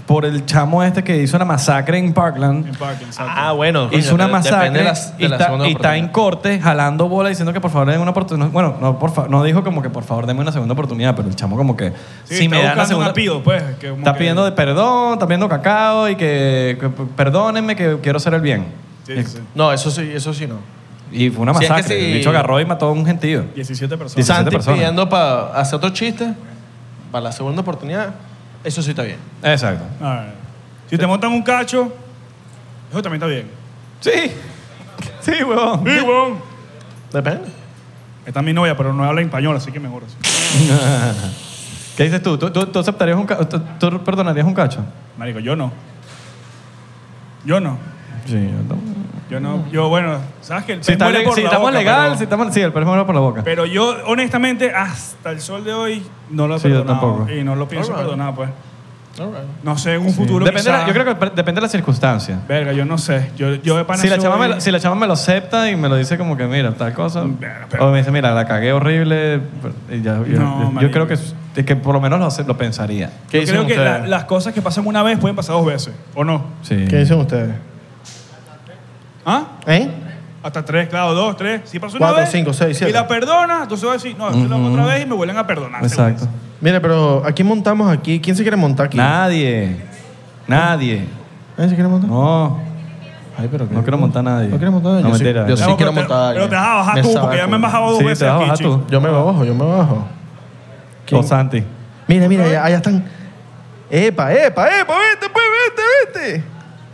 Por el chamo este que hizo una masacre en Parkland.
En Parkland, exacto.
Ah, bueno. coño,
hizo una
de- depende
masacre
de las- de
y,
la
está,
segunda
y está en
oportunidad.
corte jalando bola diciendo que por favor denme una oportunidad. Bueno, no, por fa- no dijo como que por favor denme una segunda oportunidad, pero el chamo como que
Sí, está
dan la
buscando un
segunda-
apio, pues. que como
Está
que-
pidiendo de perdón, está pidiendo cacao y que, que perdónenme que quiero hacer el bien.
Sí, sí, sí.
No, eso sí, eso sí no.
Y fue una
Si es que
masacre.
sí.
El bicho agarró y mató a un gentío.
17 personas.
Son Dice-
Santi
17 personas.
pidiendo para hacer otro chiste, para la segunda oportunidad, eso sí está bien.
Exacto.
A ver. Si te montan un cacho, eso también está bien.
Sí. Sí, huevón.
Sí, weón.
Depende.
Está mi novia, pero no habla español, así que mejor así.
¿Qué dices tú? ¿Tú, tú- tú aceptarías un cacho? ¿Tú, tú perdonarías un cacho?
Marico, yo no. Yo no.
Sí,
Yo no. Yo, bueno, ¿sabes qué? El pez
Si, está-
muere por
si
la
estamos
boca,
legal,
pero-
si estamos... Sí, el pez muere por la boca.
Pero yo, honestamente, hasta el sol de hoy no lo he
Sí, yo
perdonado.
tampoco.
Y no lo pienso
Alright.
perdonar, pues.
All right.
No sé, en un futuro
Depende de la-
quizá-
yo creo que per- depende de las circunstancias.
Verga, yo no sé. Yo, yo de pana
Si la,
soy-
chama me, lo- si la chama me lo acepta y me lo dice como que mira, tal cosa.
Pero- Mm, pero-
o me dice, mira, la cagué horrible. pues, y ya- yo,
No,
yo- yo
marico.
creo que, es que por lo menos lo, acep- lo pensaría.
¿Qué
Yo
dicen
creo que
ustedes?
la- las cosas que pasan una vez pueden pasar dos veces, ¿o no?
Sí.
¿Qué dicen ustedes?
¿Ah?
¿Eh?
Hasta tres, claro, dos, tres. Si pasó una
Cuatro,
vez
cinco, seis, siete.
y la perdona, entonces va a decir, no, yo lo hago otra vez y me vuelven a perdonar.
Exacto.
Ah, seguro.
Mira, pero aquí montamos aquí. ¿Quién se quiere montar aquí?
Nadie. Nadie.
¿Nadie se quiere montar?
No.
Ay, pero
No quiero montar a nadie.
¿No quieres montar a nadie?
No,
Yo sí-
mentira.
yo sí.
No,
quiero
pero te-
montar a
Pero
alguien.
te vas a
Me
bajar tú,
saco.
porque ya me he bajado dos
Sí,
veces
te vas a
aquí,
bajar tú.
chico.
Yo me bajo, yo me bajo.
O Oh, Santi.
Mira, mira, allá, allá están. Epa, epa, epa, vete, pues, vete, vete.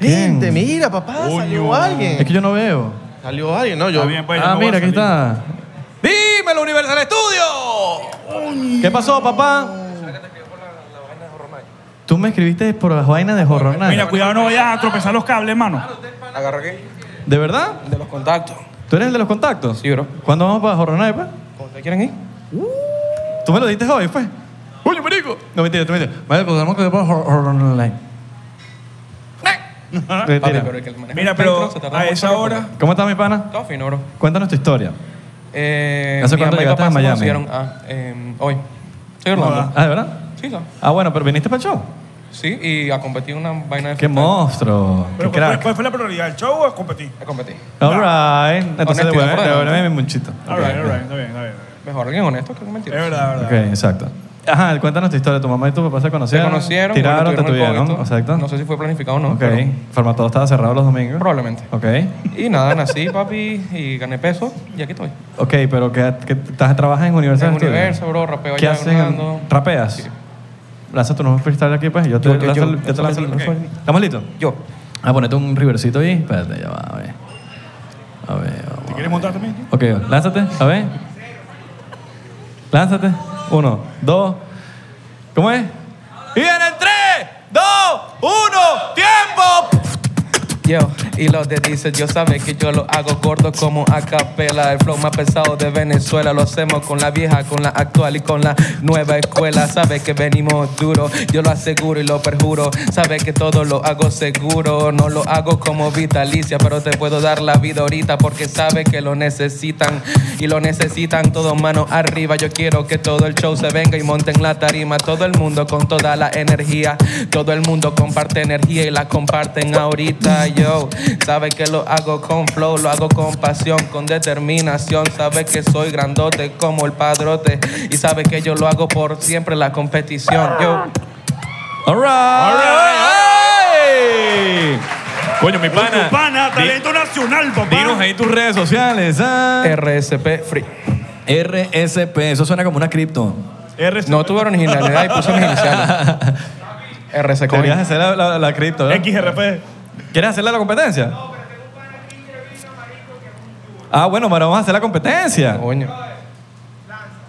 ¿Quién?
Gente, mira, papá, salió alguien.
Es que yo no veo.
Salió alguien, ¿no? Yo,
Está bien, pues, yo
ah,
no voy a
mira, aquí
salir.
está. ¡Dímelo, Universal Studio! ¿Qué pasó, papá? Tú me escribiste por las vainas de Horror Night.
Mira, cuidado, no vayas a tropezar los cables, mano.
Agarra aquí,
¿De verdad?
de los contactos.
¿Tú eres el de los contactos?
Sí, bro.
¿Cuándo vamos para Horror Night, pues? Uh.
¿Cómo ustedes quieren ir?
¿Tú me lo dijiste hoy, pues? ¡Oye, marico! No, mentira, tú me dices, Vale, pues tenemos que ir para Hor- Horror Night.
Eh. Papi,
Mentira.
pero el que maneja
Mira,
el
pero
centro se tarda
a
mucho
esa
tiempo.
hora...
¿Cómo estás, mi pana?
Todo fino, bro.
Cuéntanos tu historia.
Eh,
¿Hace
mi
cuánto
mamá y
llegaste
papá
a
se
Miami?
conocieron, ah, eh, hoy. Soy Orlando.
Ah, ¿de verdad?
Sí, claro.
Ah, bueno, pero viniste para el show.
Sí, y a competir una vaina de
¡Qué
freestyle.
monstruo! ¡Qué
Pero ¿cuál,
pues,
fue-
crack!
cuál fue la prioridad? ¿El show o competir?
A competir.
All right.
Honestidad,
Entonces, devuélveme
por delante.
devuélveme mi munchito.
All right, all right, está bien, está bien. está bien.
Mejor alguien honesto que un
Es
mentiroso.
verdad, es
Ok,
verdad.
exacto. Ajá, cuéntanos tu historia. Tu mamá y tu papá se
Se
conocieron.
conocieron,
Tiraron,
bueno,
te
tuvieron el
tuvieron.
COVID, todo.
Exacto.
No sé si fue planificado o no.
ok.
pero
Farmatodo estaba cerrado los domingos.
probablemente.
Ok.
Y nada, nací, papi, y gané peso, y aquí estoy.
Ok, pero ¿qué, qué- estás, ¿trabajas en Universal
En
Studios?
Universo, bro, rapeo
¿Qué
allá,
haces? en-
Orlando.
¿Rapeas?
Sí.
Lanza tu nuevo freestyle aquí, pues. y Yo te
Yo- yo-
lanzo
yo-
el- yo te
yo-
lanzo
yo-
el-
ok.
¿Estamos listos?
Yo.
Ah, ponete un rivercito ahí. Espérate, ya va, a ver. A ver, vamos.
¿Quieres montar también?
Ok, lánzate, a ver. Lánzate. Uno, dos. ¿Cómo es? Y viene el tres, dos, uno, tiempo.
Yo, y los de dices, yo sabes que yo lo hago gordo como a capela. El flow más pesado de Venezuela lo hacemos con la vieja, con la actual y con la nueva escuela. Sabes que venimos duro, yo lo aseguro y lo perjuro. Sabes que todo lo hago seguro, no lo hago como vitalicia, pero te puedo dar la vida ahorita porque sabes que lo necesitan y lo necesitan todos manos arriba. Yo quiero que todo el show se venga y monten la tarima. Todo el mundo con toda la energía, todo el mundo comparte energía y la comparten ahorita. Yo, sabes que lo hago con flow, lo hago con pasión, con determinación. Sabes que soy grandote como el padrote y sabes que yo lo hago por siempre la competición. Yo,
All right. Coño, mi pana.
Tu pana, talento nacional, papá.
Dinos ahí tus redes sociales. ah.
Er- RSP Free.
RSP. Eso suena como una cripto.
RC.
¿eh? No tuve originalidad y puse mis iniciales. RC Coin.
Deberías hacer la, la, la cripto, ¿verdad?
XRP.
¿Quieres hacerle la competencia? No, pero tengo un Ah, bueno, pero vamos a hacer la competencia.
Coño.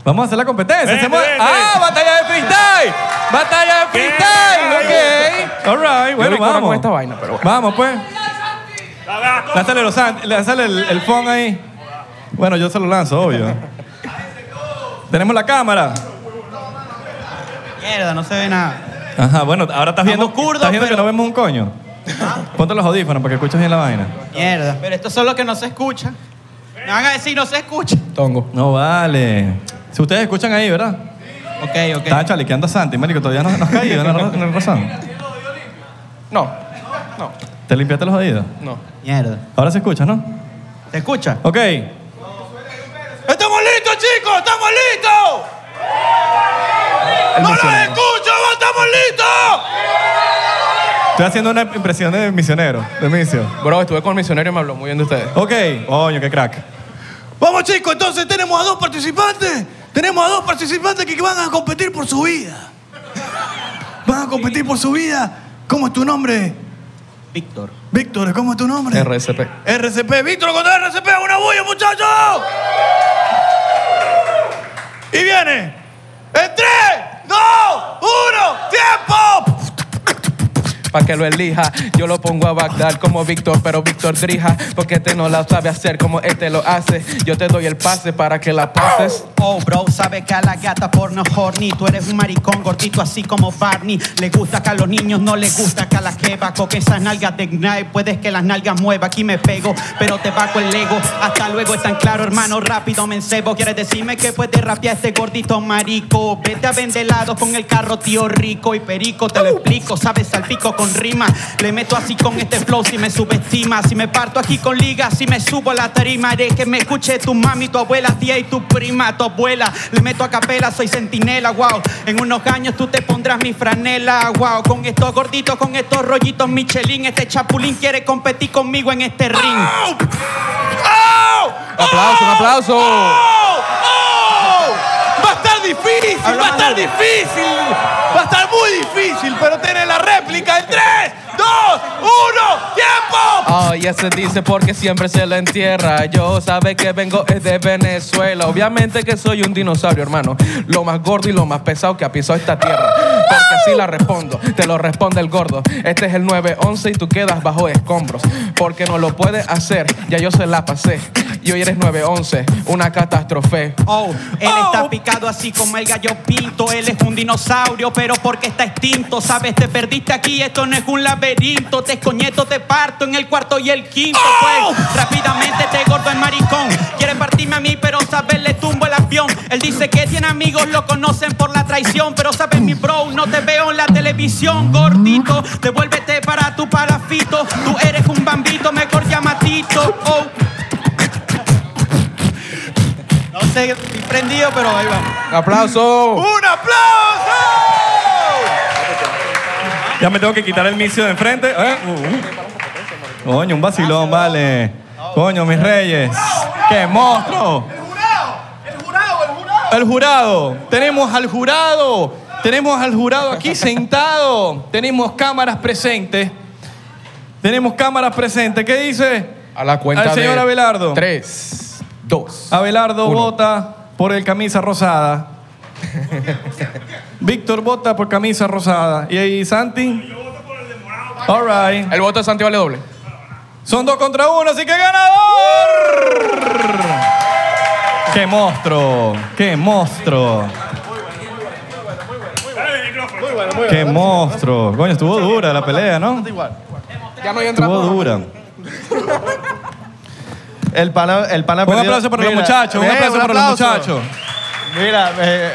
Vamos a hacer la competencia.
Vente,
Hacemos-
vente.
¡Ah, batalla de freestyle! ¡Batalla de freestyle! Ok. All right, bueno,
ahorita no
vamos.
con esta vaina, pero bueno.
Vamos, pues. Lánzale, los, an- lánzale el, el phone ahí. Bueno, yo se lo lanzo, obvio. Tenemos la cámara.
Mierda, no se ve nada.
Ajá, bueno, ahora estás viendo,
curdos,
estás viendo que
pero-
no vemos un coño. Ponte los audífonos para que escuches bien la vaina.
Mierda. Pero estos son los que no se escuchan. Me van a decir, no se escucha.
Tongo. No vale. Si ustedes escuchan ahí, ¿verdad? Ok, ok. Está chalequeando a Santi, marico. Todavía no, no has caído en el, en el razón.
No.
¿Te limpiaste los oídos?
No.
Mierda. Ahora se escucha, ¿no?
¿Se escucha?
Ok.
¡Estamos listos, chicos! ¡Estamos listos! ¡No los escucho! ¡Estamos listos!
Estoy haciendo una impresión de misionero, de misio.
Bro, estuve con el misionero y me habló muy bien de ustedes.
Ok. Coño, qué crack.
Vamos, chicos, entonces tenemos a dos participantes. Tenemos a dos participantes que van a competir por su vida. Van a competir por su vida. ¿Cómo es tu nombre?
Víctor.
Víctor, ¿cómo es tu nombre?
RCP.
RCP, Víctor contra RCP, una bulla, muchachos. Y viene. En 3, 2, 1, tiempo.
Pa' que lo elija. Yo lo pongo a Bagdad como Víctor, pero Víctor drija, porque este no la sabe hacer como este lo hace. Yo te doy el pase para que la pases.
Oh, bro, sabe que a la gata porno horny Tú eres un maricón gordito así como Barney Le gusta que a los niños no le gusta que a la jeva Con esas nalgas de Ignite puedes que las nalgas mueva Aquí me pego, pero te bajo el ego Hasta luego, es tan claro, hermano, rápido me encebo Quieres decirme que puedes rapear este gordito marico Vete a vender helados con el carro, tío rico Y perico, te lo explico, sabes, salpico con rima Le meto así con este flow si me subestima Si me parto aquí con liga, si me subo a la tarima Haré que me escuche tu mami, tu abuela, tía y tu prima, tu abuela Le meto a capela, soy centinela, wow En unos años tú te pondrás mi franela, wow Con estos gorditos, con estos rollitos Michelin Este chapulín quiere competir conmigo en este ring
Aplauso, un aplauso.
Va a estar difícil, va a estar difícil. Va a estar muy difícil, pero tiene la réplica en 3, 2, 1, tiempo.
Oh, ya se dice porque siempre se la entierra. Yo sabe que vengo es de Venezuela. Obviamente que soy un dinosaurio, hermano. Lo más gordo y lo más pesado que ha pisado esta tierra. Porque así la respondo, te lo responde el gordo. Este es el 911 y tú quedas bajo escombros. Porque no lo puedes hacer, ya yo se la pasé. Y hoy eres 911, una catástrofe.
Oh, él está picado así como el gallo pinto. Él es un dinosaurio, pero porque está extinto. Sabes, te perdiste aquí, esto no es un laberinto. Te escoñeto, te parto en el cuarto y el quinto. Pues rápidamente te gordo el maricón. Quiere partirme a mí, pero sabes, le tumbo el avión. Él dice que tiene amigos, lo conocen por la traición. Pero sabes, mi bro, no te veo en la televisión, gordito. Devuélvete para tu parafito. Tú eres un bambito, mejor llamatito. Oh. No sé, estoy prendido, pero ahí va.
¡Aplauso!
¡Un aplauso!
Ya me tengo que quitar el misio de enfrente. Eh, uh, uh. Coño, un vacilón, vale. Coño, mis reyes. ¡Qué monstruo!
El jurado, tenemos al jurado, tenemos al jurado aquí sentado, tenemos cámaras presentes, tenemos cámaras presentes. ¿Qué dice?
A la cuenta
Al señor
de
Abelardo.
Tres, dos.
Abelardo vota por el camisa rosada. Víctor vota por camisa rosada. ¿Y ahí Santi? All right.
El voto de Santi vale doble.
Son dos contra uno, así que ganador. ¡Qué monstruo! ¡Qué monstruo! ¡Qué monstruo! Coño, estuvo dura la pelea, ¿no?
Ya no hay
Estuvo dura.
El pana, el pana
Un aplauso para los muchachos, Eh, un aplauso para los muchachos.
Mira, me,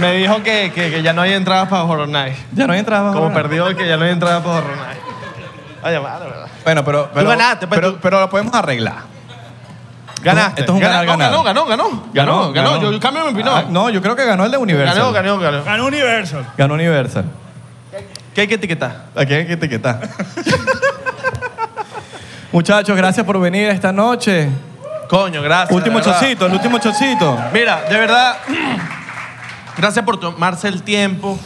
me dijo que, que- que ya no hay entradas para Horror Night.
Ya no hay entradas
Como perdió el que ya no hay entradas para Horror Night. Vaya malo, ¿verdad?
Bueno, pero,
Tú ganaste, pues,
pero, pero lo podemos arreglar.
Ganaste.
Esto es un
Gana-
ganar, ganar.
no, ganó, ganó, ganó. Ganó, ganó. Yo cambio mi opinión.
Ah, no, yo creo que ganó el de Universal.
Ganó, ganó, ganó. Ganó Universal.
Ganó Universal.
¿Qué hay que etiquetar?
Aquí hay que etiquetar. Muchachos, gracias por venir esta noche.
Coño, gracias.
último
de verdad.
chocito, el último chocito.
Mira, de verdad, gracias por tomarse el tiempo.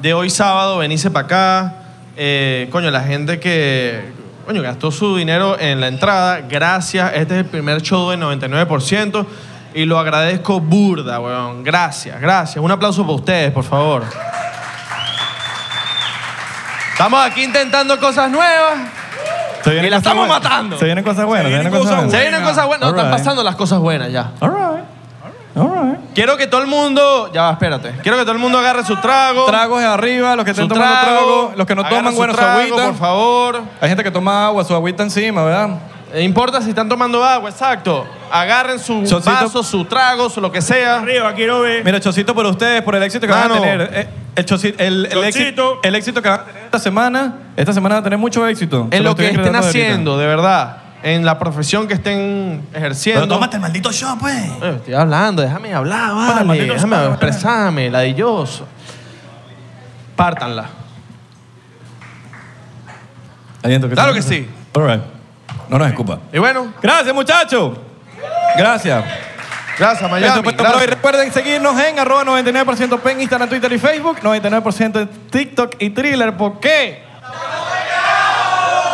de hoy sábado, venirse para acá. Eh, coño, la gente que coño, gastó su dinero en la entrada, gracias. Este es el primer show del 99% y lo agradezco burda, weón. Gracias, gracias. Un aplauso para ustedes, por favor. Estamos aquí intentando cosas nuevas.
Se vienen
Y la
cosas
estamos
buenas.
matando.
Se vienen cosas buenas. Se vienen cosas buenas.
Se vienen cosas buenas. No,
All
están
right.
pasando las cosas buenas ya.
All right. All right.
Quiero que todo el mundo. Ya va, espérate. Quiero que todo el mundo agarre su trago.
Tragos de arriba, los que estén
Su
tomando trago,
trago,
los que no
agarra
toman,
su
bueno, su
trago,
agüita.
por favor. E
Hay gente que toma agua, su agüita encima, ¿verdad?
importa si están tomando agua, exacto. Agarren su
Chocito.
vaso, su trago, su lo que sea.
Arriba, quiero ver.
Mira, chocito por ustedes, por el éxito que van a
Mano.
tener. Eh, El, choci- el, el éxito, el éxito que van a tener esta semana. Esta semana van a tener mucho éxito. Se
En lo
estoy
que estén
aclarando ahorita.
haciendo, de verdad. En la profesión que estén ejerciendo.
Pero tómate el maldito shot, pues.
Eh, Estoy hablando, déjame hablar,
Para,
vale.
maldito,
Déjame
para.
expresarme, ladilloso. Pártanla.
Aliento, ¿qué
Claro
tal?
que sí.
All right. No nos escupa.
Y bueno,
Gracias, muchachos. Gracias.
gracias, Miami.
Eso fue todo por hoy.
gracias.
Recuerden seguirnos en arroba 99% en Instagram, Twitter y Facebook, 99% en TikTok y Thriller. ¿Por qué?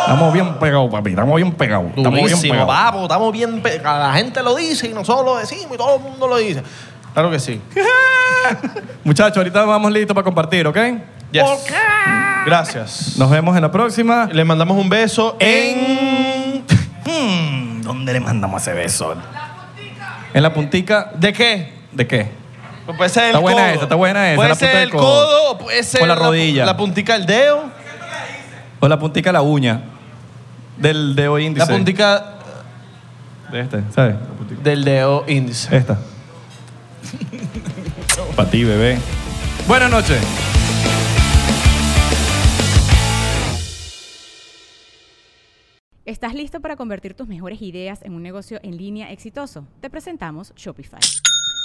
Estamos bien pegados, papi. Estamos bien pegados. Estamos bien
Durísimo,
pegados.
papo, estamos bien pe- La gente lo dice y nosotros lo decimos y todo el mundo lo dice. Claro que sí.
Muchachos, ahorita vamos listos para compartir, ¿ok?
Yes. Gracias.
Nos vemos en la próxima.
Les mandamos un beso en...
Hmm, ¿Dónde le mandamos ese beso? En la puntica.
¿De qué?
¿De qué?
Pues Puede ser el
Está buena
codo.
esa, está buena esa,
Puede
la
ser
punta
el
del
codo,
codo.
o puede ser
la
pu-
rodilla.
La puntica del dedo.
O la puntica de la uña. Del dedo índice.
La puntica
De este, ¿sabes?
del dedo índice.
Esta. Para ti, bebé. Buenas noches.
¿Estás listo para convertir tus mejores ideas en un negocio en línea exitoso? Te presentamos Shopify.